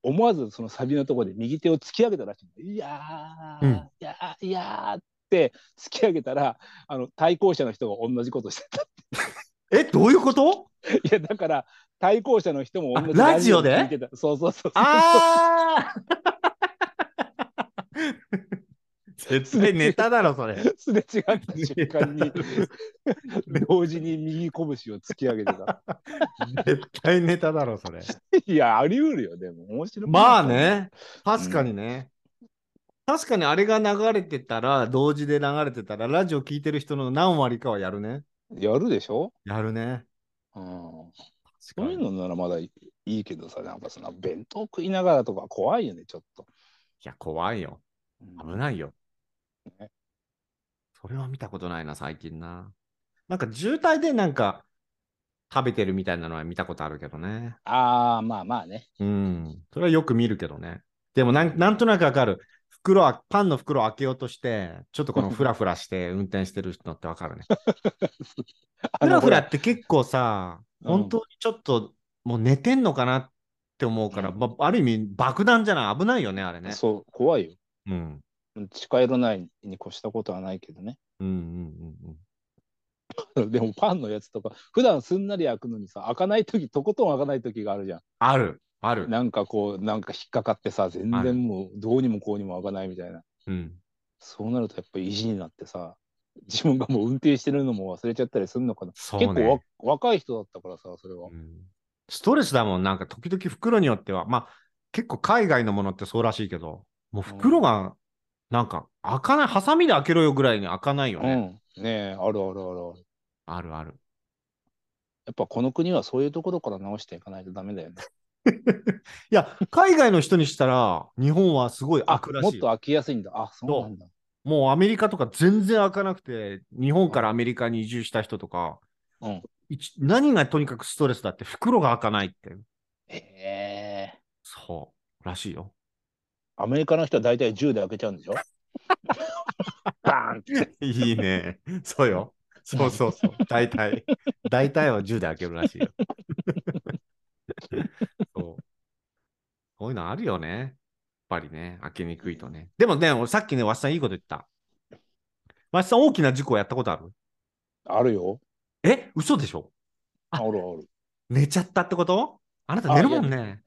[SPEAKER 2] 思わずそのサビのとこで右手を突き上げたらしいの。いやー、
[SPEAKER 1] うん
[SPEAKER 2] いやー、いやーって突き上げたら、あの対向車の人が同じことしてた。
[SPEAKER 1] え、どういうこと
[SPEAKER 2] いや、だから対向車の人も同じ
[SPEAKER 1] あラジオで
[SPEAKER 2] 聞いてた。そうそうそう。
[SPEAKER 1] あー [laughs] 絶対ネタだろ、それ。
[SPEAKER 2] [laughs] すれ違った瞬
[SPEAKER 1] [laughs]
[SPEAKER 2] 間に同時に右拳を突き上げてた。
[SPEAKER 1] 絶対ネタだろ、それ。
[SPEAKER 2] いや、あり得るよ、でも。面白い。
[SPEAKER 1] まあ。ね、確かにね。確かにあれが流れてたら、同時で流れてたら、ラジオ聞いてる人の何割かはやるね。
[SPEAKER 2] やるでしょ、
[SPEAKER 1] やるね。
[SPEAKER 2] うん、
[SPEAKER 1] 確か
[SPEAKER 2] そういう
[SPEAKER 1] に。い
[SPEAKER 2] のならまだいいいけどさ、なんかその弁当食いながらとか怖いよね、ちょっと。
[SPEAKER 1] や、怖いよ。危ないよ
[SPEAKER 2] ね。
[SPEAKER 1] それは見たことないな、最近な。なんか渋滞でなんか食べてるみたいなのは見たことあるけどね。
[SPEAKER 2] ああ、まあまあね。
[SPEAKER 1] うん。それはよく見るけどね。でもなん、なんとなくわかる。袋は、パンの袋を開けようとして、ちょっと
[SPEAKER 2] [laughs]
[SPEAKER 1] このフラフラして運転してる人ってわかるね。
[SPEAKER 2] あ
[SPEAKER 1] フ
[SPEAKER 2] の
[SPEAKER 1] ラフラ
[SPEAKER 2] ほ
[SPEAKER 1] って結構さ、
[SPEAKER 2] うん
[SPEAKER 1] 本当にちょっともう寝てんのかなって思うから、
[SPEAKER 2] うん
[SPEAKER 1] まある意味爆弾じゃない危ないよね、あれ
[SPEAKER 2] ら
[SPEAKER 1] ね。
[SPEAKER 2] そう、怖いよ。
[SPEAKER 1] うん。うん
[SPEAKER 2] 近寄らないに越したことはないけどね。 [laughs]
[SPEAKER 1] うんうんうん。
[SPEAKER 2] でもパンのやつとか、普段すんなり開くのにさ、開かないとき、とことん開かないときがあるじゃん。
[SPEAKER 1] ある、ある。
[SPEAKER 2] なんかこう、なんか引っかかってさ、全
[SPEAKER 1] はい
[SPEAKER 2] 然もうどうにもこうにも開かないみたいな。
[SPEAKER 1] うん。
[SPEAKER 2] そうなるとやっぱり意地になってさ、自分がもう運転してるのも忘れちゃったりするのかな。
[SPEAKER 1] そうね。
[SPEAKER 2] 結構わ若い人だったからさ、それは
[SPEAKER 1] う。んストレスだもん、なんか時々袋によっては、まあ結構海外のものってそうらしいけど、もう袋がなんか開かない、ハサミで開けろよぐらいに開かないよ
[SPEAKER 2] う
[SPEAKER 1] ね。
[SPEAKER 2] ん。ねえ、あるあるあるある。
[SPEAKER 1] あるある。
[SPEAKER 2] やっぱこの国はそういうところから直していかないとダメだよね。
[SPEAKER 1] いや、海外の人にしたら、日本はすごい開
[SPEAKER 2] [laughs] あ
[SPEAKER 1] くら
[SPEAKER 2] もっ
[SPEAKER 1] しい
[SPEAKER 2] と
[SPEAKER 1] よ。
[SPEAKER 2] 開きやすいんだ。あ、そうなんだ。
[SPEAKER 1] もうアメリカとか全然開かなくて、日本からアメリカに移住した人とか、
[SPEAKER 2] うん
[SPEAKER 1] 一何がとにかくストレスだって、袋が開かないって。
[SPEAKER 2] へえ。
[SPEAKER 1] そう、らしいよ。
[SPEAKER 2] アメリカの人は大体銃で開けちゃうんでし [laughs] ょバーンって。
[SPEAKER 1] [laughs] いいね。そうよ。そうそうそう。大体。大体は銃で開けるらしい
[SPEAKER 2] [laughs]
[SPEAKER 1] よ。そう。こういうのあるよね。やっぱりね。開けにくいとね。でもね、俺さっきね、わしさんいいこと言った。わしさん大きな事故やったことある
[SPEAKER 2] あるよ。
[SPEAKER 1] え嘘でしょ
[SPEAKER 2] あ
[SPEAKER 1] あ
[SPEAKER 2] るある。
[SPEAKER 1] 寝ちゃったってことあなた寝るもんね。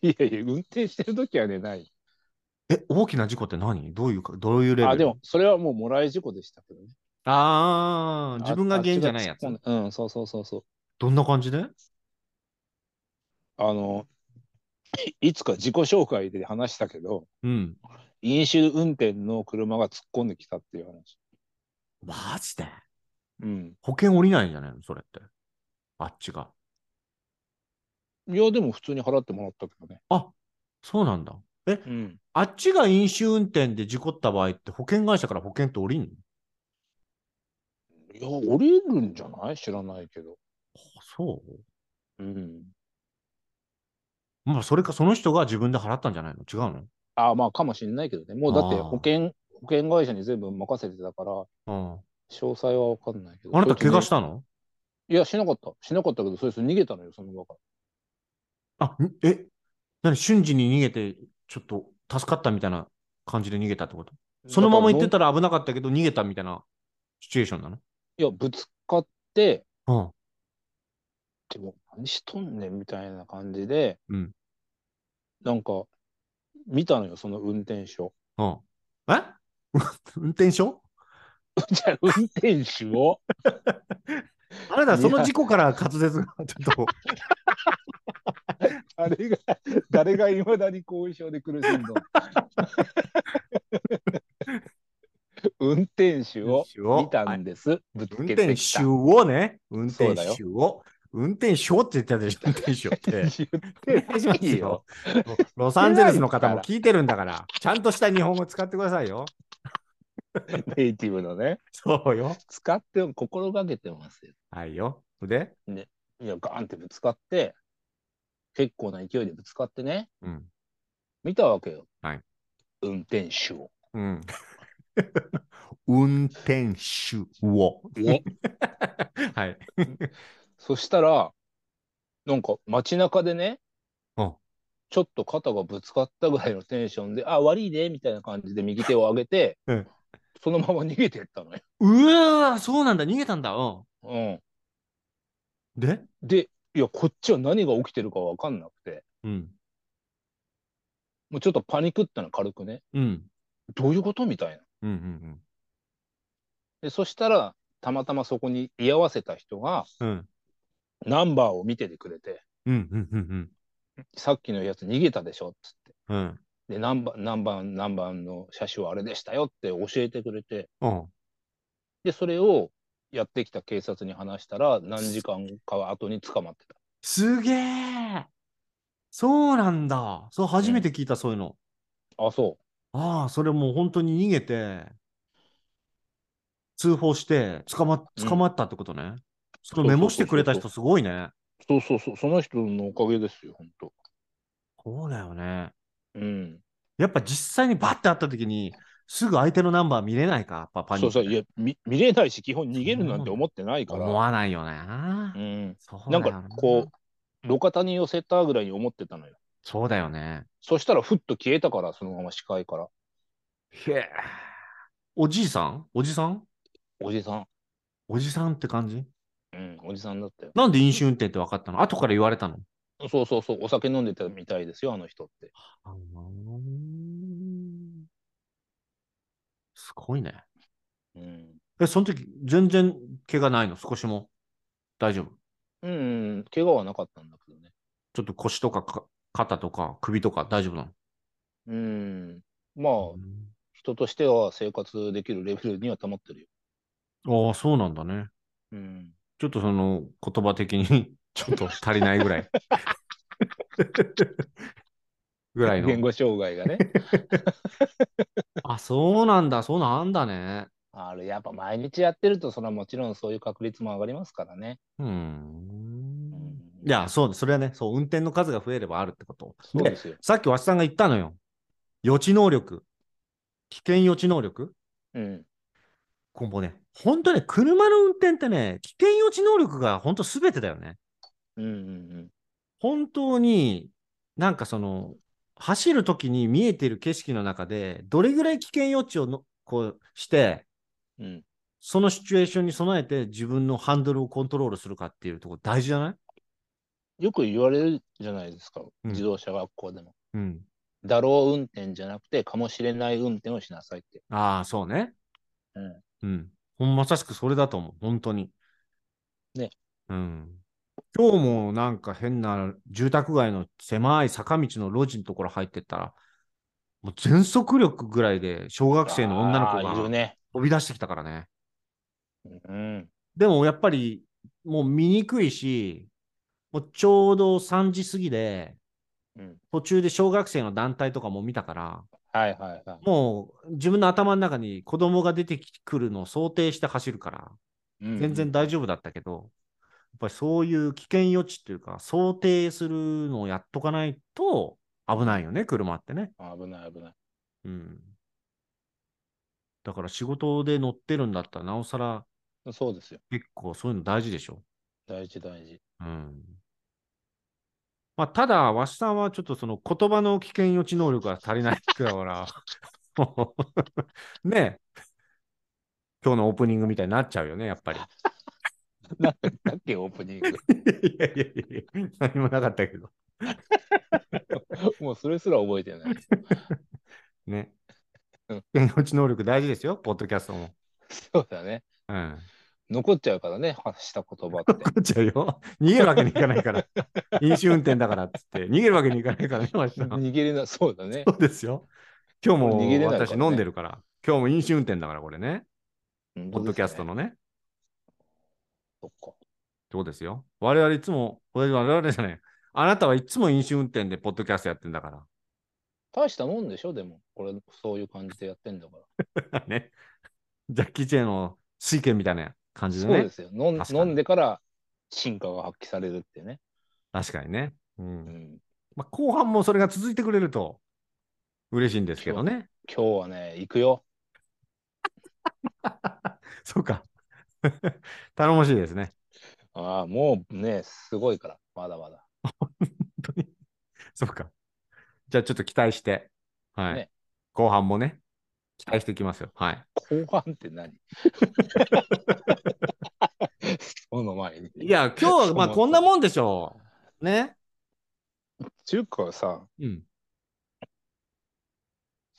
[SPEAKER 2] いやいや、運転してるときはね、ない。
[SPEAKER 1] え、大きな事故って何どういうか、どういうレベル
[SPEAKER 2] あ、でも、それはもうもらい事故でしたけどね。
[SPEAKER 1] あー自分が原因じゃないやつ
[SPEAKER 2] あ。あっちが突っ込んだうん、そうそうそうそう。
[SPEAKER 1] どんな感じで
[SPEAKER 2] あの、いいつか自己紹介で話したけど、
[SPEAKER 1] うん。
[SPEAKER 2] 飲酒運転の車が突っ込んできたっていう話。
[SPEAKER 1] マジで
[SPEAKER 2] うん。
[SPEAKER 1] 保険降りないんじゃないのそれって。あっちが。
[SPEAKER 2] いや、でも普通に払ってもらったけどね。
[SPEAKER 1] あそうなんだ。え、
[SPEAKER 2] うん。
[SPEAKER 1] あっちが飲酒運転で事故った場合って保険会社から保険って降りんの
[SPEAKER 2] いや、降りるんじゃない知らないけど。
[SPEAKER 1] あそう
[SPEAKER 2] うん。
[SPEAKER 1] まあ、それかその人が自分で払ったんじゃないの違うの
[SPEAKER 2] あまあ、かもしれないけどね。もうだって
[SPEAKER 1] あー
[SPEAKER 2] 保険、保険会社に全部任せてたから、
[SPEAKER 1] あ
[SPEAKER 2] 詳細は分かんないけど。
[SPEAKER 1] ああなた怪我したたの
[SPEAKER 2] いや、しなかった。しなかったけど、そいつ逃げたのよ、その場から。
[SPEAKER 1] あ、んえ何瞬時に逃げて、ちょっと助かったみたいな感じで逃げたってことそのまま行ってたら危なかったけど逃げたみたいなシチュエーションなの
[SPEAKER 2] いや、ぶつかって、
[SPEAKER 1] うん。
[SPEAKER 2] でも何しとんねんみたいな感じで、
[SPEAKER 1] うん
[SPEAKER 2] なんか、見たのよ、その運転手を。 [laughs]
[SPEAKER 1] うん。え [laughs] 運転手
[SPEAKER 2] じゃあ運転手を。
[SPEAKER 1] あなた、その事故から滑舌がちょっと。
[SPEAKER 2] [laughs] 誰が、誰がいまだに後遺症で苦しんどん [laughs] 運転手を見たんです。ぶつ
[SPEAKER 1] 運
[SPEAKER 2] けて
[SPEAKER 1] 転
[SPEAKER 2] きた。
[SPEAKER 1] 手をね、運
[SPEAKER 2] そう
[SPEAKER 1] 転
[SPEAKER 2] だよ
[SPEAKER 1] 手を。運転手をって言ったでしょ、運転手って。
[SPEAKER 2] 言
[SPEAKER 1] お願いしま
[SPEAKER 2] っ
[SPEAKER 1] す
[SPEAKER 2] てないよ
[SPEAKER 1] よ。ロ [laughs] ロサンゼルスの方も聞いてるんだから、ちゃんとした日本語使ってくださいよ。
[SPEAKER 2] [laughs] ネイティブのね。
[SPEAKER 1] そうよ。
[SPEAKER 2] 使って、心がけてますよ。
[SPEAKER 1] はいよ。で、
[SPEAKER 2] いや、ガーンってぶつかって、結構な勢いでぶつかってね、
[SPEAKER 1] うん。
[SPEAKER 2] 見たわけよ。
[SPEAKER 1] はい
[SPEAKER 2] 運転手を。
[SPEAKER 1] うん。 [laughs] 運転手を。はい。
[SPEAKER 2] そしたら、なんか街中でね、
[SPEAKER 1] うん
[SPEAKER 2] ちょっと肩がぶつかったぐらいのテンションで、あ、悪いね、みたいな感じで右手を上げて、
[SPEAKER 1] うん
[SPEAKER 2] そのまま逃げてったのよ。
[SPEAKER 1] うわーそうなんだ、逃げたんだ。う
[SPEAKER 2] うん
[SPEAKER 1] ん。で、
[SPEAKER 2] で、いや、こっちは何が起きてるかわかんなくて、
[SPEAKER 1] うん。
[SPEAKER 2] もうちょっとパニックったの軽くね、
[SPEAKER 1] うん。
[SPEAKER 2] どういうことみたいな。
[SPEAKER 1] うんうん
[SPEAKER 2] で、そしたら、たまたまそこに居合わせた人が、
[SPEAKER 1] うん。うん。
[SPEAKER 2] ナンバーを見ててくれて、
[SPEAKER 1] うんうんうん
[SPEAKER 2] さっきのやつ逃げたでしょっつって。
[SPEAKER 1] うん。うん。
[SPEAKER 2] で、何番、何番、何番の車種はあれでしたよって教えてくれて、
[SPEAKER 1] うん。
[SPEAKER 2] で、それをやってきた警察に話したら、何時間か後に捕まってた。
[SPEAKER 1] すげえそうなんだ。そう、初めて聞いた、そういうの。
[SPEAKER 2] あ、そ
[SPEAKER 1] ああ、それもう本当に逃げて、通報して、捕ま
[SPEAKER 2] うん
[SPEAKER 1] 捕まったってことね。そ
[SPEAKER 2] そうそうそうそう
[SPEAKER 1] のメモしてくれた人すごいね。
[SPEAKER 2] う。そうそうそう、その人のおかげですよ、本当。
[SPEAKER 1] そうだよね。
[SPEAKER 2] うん。
[SPEAKER 1] やっぱ実際にバッて会った時に、すぐ相手のナンバー見れないか、やっぱパニ
[SPEAKER 2] そ
[SPEAKER 1] ッ
[SPEAKER 2] う
[SPEAKER 1] ク
[SPEAKER 2] そう、いや、見見れないし、基本逃げるなんて思ってないか
[SPEAKER 1] 思
[SPEAKER 2] ら。
[SPEAKER 1] わないよな
[SPEAKER 2] う。ん。
[SPEAKER 1] そうだ
[SPEAKER 2] な
[SPEAKER 1] よ
[SPEAKER 2] んか、こう、路肩に寄せたぐらいに思ってたのよ。
[SPEAKER 1] そうだよね。
[SPEAKER 2] そしたら、ふっと消えたから、そのまま視界から。
[SPEAKER 1] へえ。おじいさんおじさん
[SPEAKER 2] おじさん。
[SPEAKER 1] おじさんって感じ
[SPEAKER 2] うん、おじさんだったよ。
[SPEAKER 1] なんで飲酒運転って分かったの後から言われたの
[SPEAKER 2] そうそうそう、お酒飲んでたみたいですよ、あの人って。
[SPEAKER 1] あのーすごいね。
[SPEAKER 2] うん。
[SPEAKER 1] え、その時、全然怪我ないの少しも。大丈夫。
[SPEAKER 2] うん、うん、怪我はなかったんだけどね。
[SPEAKER 1] ちょっと腰とかか肩とか首とか大丈夫な
[SPEAKER 2] うん。まあ、
[SPEAKER 1] の
[SPEAKER 2] 人としては生活できるレベルには保ってるよ。
[SPEAKER 1] ああ、そうなんだね。
[SPEAKER 2] うん。
[SPEAKER 1] ちょっとその言葉的に、 [laughs] ちょっと足りないぐらい。 [laughs] ぐらい
[SPEAKER 2] 言
[SPEAKER 1] の。
[SPEAKER 2] 語障
[SPEAKER 1] [laughs]
[SPEAKER 2] 害がね。
[SPEAKER 1] あ、そうなんだ。そうなんだね。
[SPEAKER 2] あれ、やっぱ毎日やってると、それはもちろんそういう確率も上がりますからね。
[SPEAKER 1] うー。
[SPEAKER 2] うんん
[SPEAKER 1] い、や、そう、それはね、そう、運転の数が増えればあるってこと。
[SPEAKER 2] そうですよ。
[SPEAKER 1] さっきわしさんが言ったのよ。予知能力。危険予知能力
[SPEAKER 2] うん。
[SPEAKER 1] これもうね、本当ね、車の運転ってね、危険予知能力が本当すべてだよね。
[SPEAKER 2] うんうん
[SPEAKER 1] 本当に、なんかその、走るときに見えてる景色の中で、どれぐらい危険予知をのこうして、
[SPEAKER 2] うん。うん。
[SPEAKER 1] そのシチュエーションに備えて自分のハンドルをコントロールするかっていうところ大事じゃない
[SPEAKER 2] よく言われるじゃないですか。
[SPEAKER 1] ん
[SPEAKER 2] 自動車学校でも。
[SPEAKER 1] うん。
[SPEAKER 2] だろう運転じゃなくて、かもしれない運転をしなさいって。
[SPEAKER 1] ああ、そうね。
[SPEAKER 2] うん。
[SPEAKER 1] うん。ほんまさしくそれだと思う。本当に。
[SPEAKER 2] ね。
[SPEAKER 1] うん。今日もなんか変な住宅街の狭い坂道の路地のところ入ってったら、もう全速力ぐらいで小学生の女の子
[SPEAKER 2] あーいる
[SPEAKER 1] が
[SPEAKER 2] ね。
[SPEAKER 1] 飛び出してきたからね。
[SPEAKER 2] うん。
[SPEAKER 1] でもやっぱりもう見にくいし、もうちょうど3時過ぎで、
[SPEAKER 2] うん。
[SPEAKER 1] 途中で小学生の団体とかも見たから、
[SPEAKER 2] はいはいは
[SPEAKER 1] もう自分の頭の中に子供が出てくるのを想定して走るから、
[SPEAKER 2] い。うん
[SPEAKER 1] 全然。大丈夫だったけど、やっぱりそういう危険予知っていうか、想定するのをやっとかないと危ないよね、車ってね。
[SPEAKER 2] 危ない危ない。
[SPEAKER 1] うん。だから仕事で乗ってるんだったら、なおさら
[SPEAKER 2] そうですよ。
[SPEAKER 1] 結構そういうの大事でしょ。
[SPEAKER 2] 大事大事。
[SPEAKER 1] うん。まあ、ただ、わしさんはちょっとその言葉の危険予知能力が足りないから、 [laughs] もうねえ今日のオープニングみたいになっちゃうよね、やっぱり。
[SPEAKER 2] なんだっけ、オープニング。 [laughs]
[SPEAKER 1] いやいやいやいや、何もなかったけど。
[SPEAKER 2] もうそれすら覚えてない。
[SPEAKER 1] ね。
[SPEAKER 2] うん
[SPEAKER 1] 危険予知能力大事ですよ、ポッドキャストも。
[SPEAKER 2] そうだね。
[SPEAKER 1] うん。
[SPEAKER 2] 残っちゃうからね、発した言葉
[SPEAKER 1] [laughs]
[SPEAKER 2] って。
[SPEAKER 1] 食っちゃうよ。逃げるわけにいかない
[SPEAKER 2] [laughs]
[SPEAKER 1] から。飲酒運転だからっつって。逃げるわけにいかないからね、わしは
[SPEAKER 2] 逃げれな、そうだね
[SPEAKER 1] そ。うですよ。今日
[SPEAKER 2] 逃げれ
[SPEAKER 1] も
[SPEAKER 2] ないからね
[SPEAKER 1] 私飲んでるから。今日も飲酒運転だから、これね。ポ
[SPEAKER 2] 本
[SPEAKER 1] ッドキャスト。のね。
[SPEAKER 2] そっか
[SPEAKER 1] そうですよ。我々いつも、我々じゃない。あなたはいつも飲酒運転でポッドキャストやってんだか
[SPEAKER 2] 大したもんでしょ、でも。これ、そういう感じでやってんだから。
[SPEAKER 1] ら。 [laughs] ね。ジャッキー・チェーンの水拳みたいな感じで
[SPEAKER 2] そうで
[SPEAKER 1] ね。
[SPEAKER 2] すよ。飲ん
[SPEAKER 1] 確かに
[SPEAKER 2] 飲んでから進化が発揮されるってね。
[SPEAKER 1] 確かにね。う
[SPEAKER 2] うんん、
[SPEAKER 1] まあ、後半もそれが続いてくれると嬉しいんですけどね。
[SPEAKER 2] 今日はね、行くよ。
[SPEAKER 1] そうか。 [laughs] 頼もしいですね。
[SPEAKER 2] ああ、もうね、すごいから、まだまだ。
[SPEAKER 1] 本当に。そうか。じゃあちょっと期待して、はい。
[SPEAKER 2] ね
[SPEAKER 1] 後半もね、期待していきますよ。はい。
[SPEAKER 2] 後半っ
[SPEAKER 1] [laughs]
[SPEAKER 2] て何 [laughs] その前に。
[SPEAKER 1] いや、今日はまあ
[SPEAKER 2] そう
[SPEAKER 1] こんなもんでしょう。ね。
[SPEAKER 2] っていうかさ、
[SPEAKER 1] うん。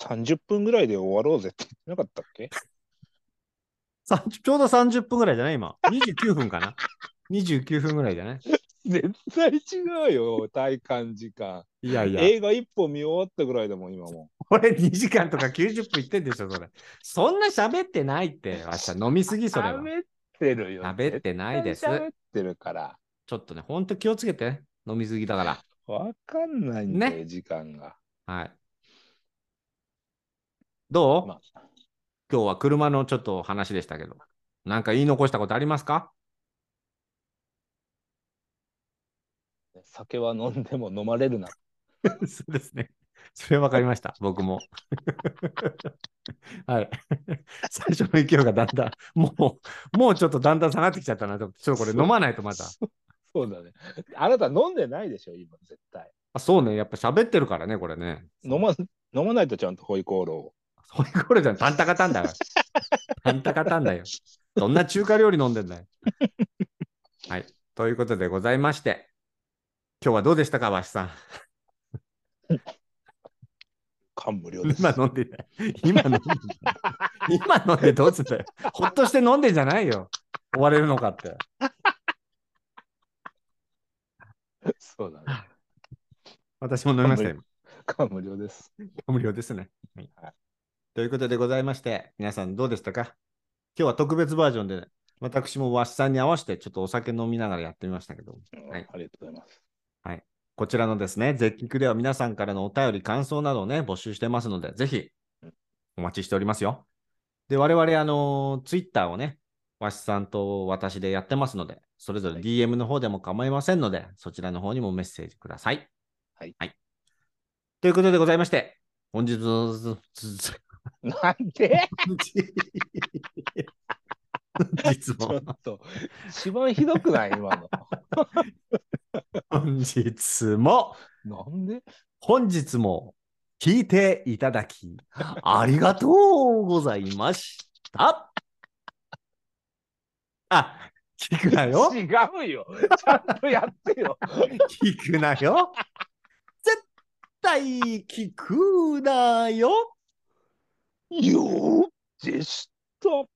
[SPEAKER 2] 30分ぐらいで終わろうぜって言ってなかったっけ
[SPEAKER 1] さちょうど30分ぐらいじゃない今。29分かな。29分ぐらいじゃない
[SPEAKER 2] [laughs] 絶対違うよ、体感時間。
[SPEAKER 1] いやいや。
[SPEAKER 2] 映画1本見終わったぐらいだもん、今も
[SPEAKER 1] これ2時間とか90分いってんでしょ、それ。そんな喋ってないって、明日飲みすぎ、
[SPEAKER 2] う。
[SPEAKER 1] それは。
[SPEAKER 2] 喋ってるよ。
[SPEAKER 1] 喋ってないです。
[SPEAKER 2] 喋ってるから。
[SPEAKER 1] ちょっとね、ほんと気をつけて、飲みすぎだから。
[SPEAKER 2] わかんないんだよ、
[SPEAKER 1] ね
[SPEAKER 2] 時間が。
[SPEAKER 1] はい。どう、
[SPEAKER 2] まあ
[SPEAKER 1] 今日は車のちょっと話でしたけど、なんか言い残したことありますか
[SPEAKER 2] 酒は飲んでも飲まれるな。
[SPEAKER 1] [laughs] そうですね。それは分かりました、僕も。 [laughs] はい。 [laughs] 最初の勢いがだんだん、もう、もうちょっとだんだん下がってきちゃったなと、ちょっとこれ飲まないとまた。
[SPEAKER 2] そそうだね。あなた飲んでないでしょ、今、絶対。
[SPEAKER 1] あそうね、やっぱ喋ってるからね、これね。
[SPEAKER 2] 飲ま飲まないとちゃんとホイコーローを。
[SPEAKER 1] そういうこれじゃん、タンタカタンだよ。
[SPEAKER 2] [laughs]
[SPEAKER 1] タンタカタンだよ。どんな中華料理飲んでんだよ。はい。ということでございまして、今日はどうでしたか、わしさん。
[SPEAKER 2] 感
[SPEAKER 1] [laughs]
[SPEAKER 2] 無量です。
[SPEAKER 1] 今飲んでない。今飲んでない。今飲んでどうすんだよ。ほっとして飲んでんじゃないよ。終われるのかって。
[SPEAKER 2] そうだね。
[SPEAKER 1] 私も飲みましたよ。
[SPEAKER 2] 感無量です。
[SPEAKER 1] 無料ですね、はい
[SPEAKER 2] はい
[SPEAKER 1] ということでございまして、皆さんどうでしたか今日は特別バージョンで、私もわしさんに合わせてちょっとお酒飲みながらやってみましたけど。はい
[SPEAKER 2] ありがとうございます。
[SPEAKER 1] こちらのですね、絶ッでは皆さんからのお便り、感想などをね、募集してますので、ぜひお待ちしておりますよ。で、我々、あのツイッター Twitter をね、わしさんと私でやってますので、それぞれ
[SPEAKER 2] はい
[SPEAKER 1] DM の方でも構いませんので、そちらの方にもメッセージください。
[SPEAKER 2] はい
[SPEAKER 1] ということでございまして、本日の、ずずず
[SPEAKER 2] なんで
[SPEAKER 1] 実
[SPEAKER 2] ちょ
[SPEAKER 1] も
[SPEAKER 2] っ、と、一番ひどくない今の。
[SPEAKER 1] 本日も、
[SPEAKER 2] なんで
[SPEAKER 1] 本日も聞いていただき、ありがとうございました。あ、聞くなよ。
[SPEAKER 2] 違うよ。ちゃんとやってよ。
[SPEAKER 1] 聞くなよ。絶対聞くなよ。
[SPEAKER 2] よーでした。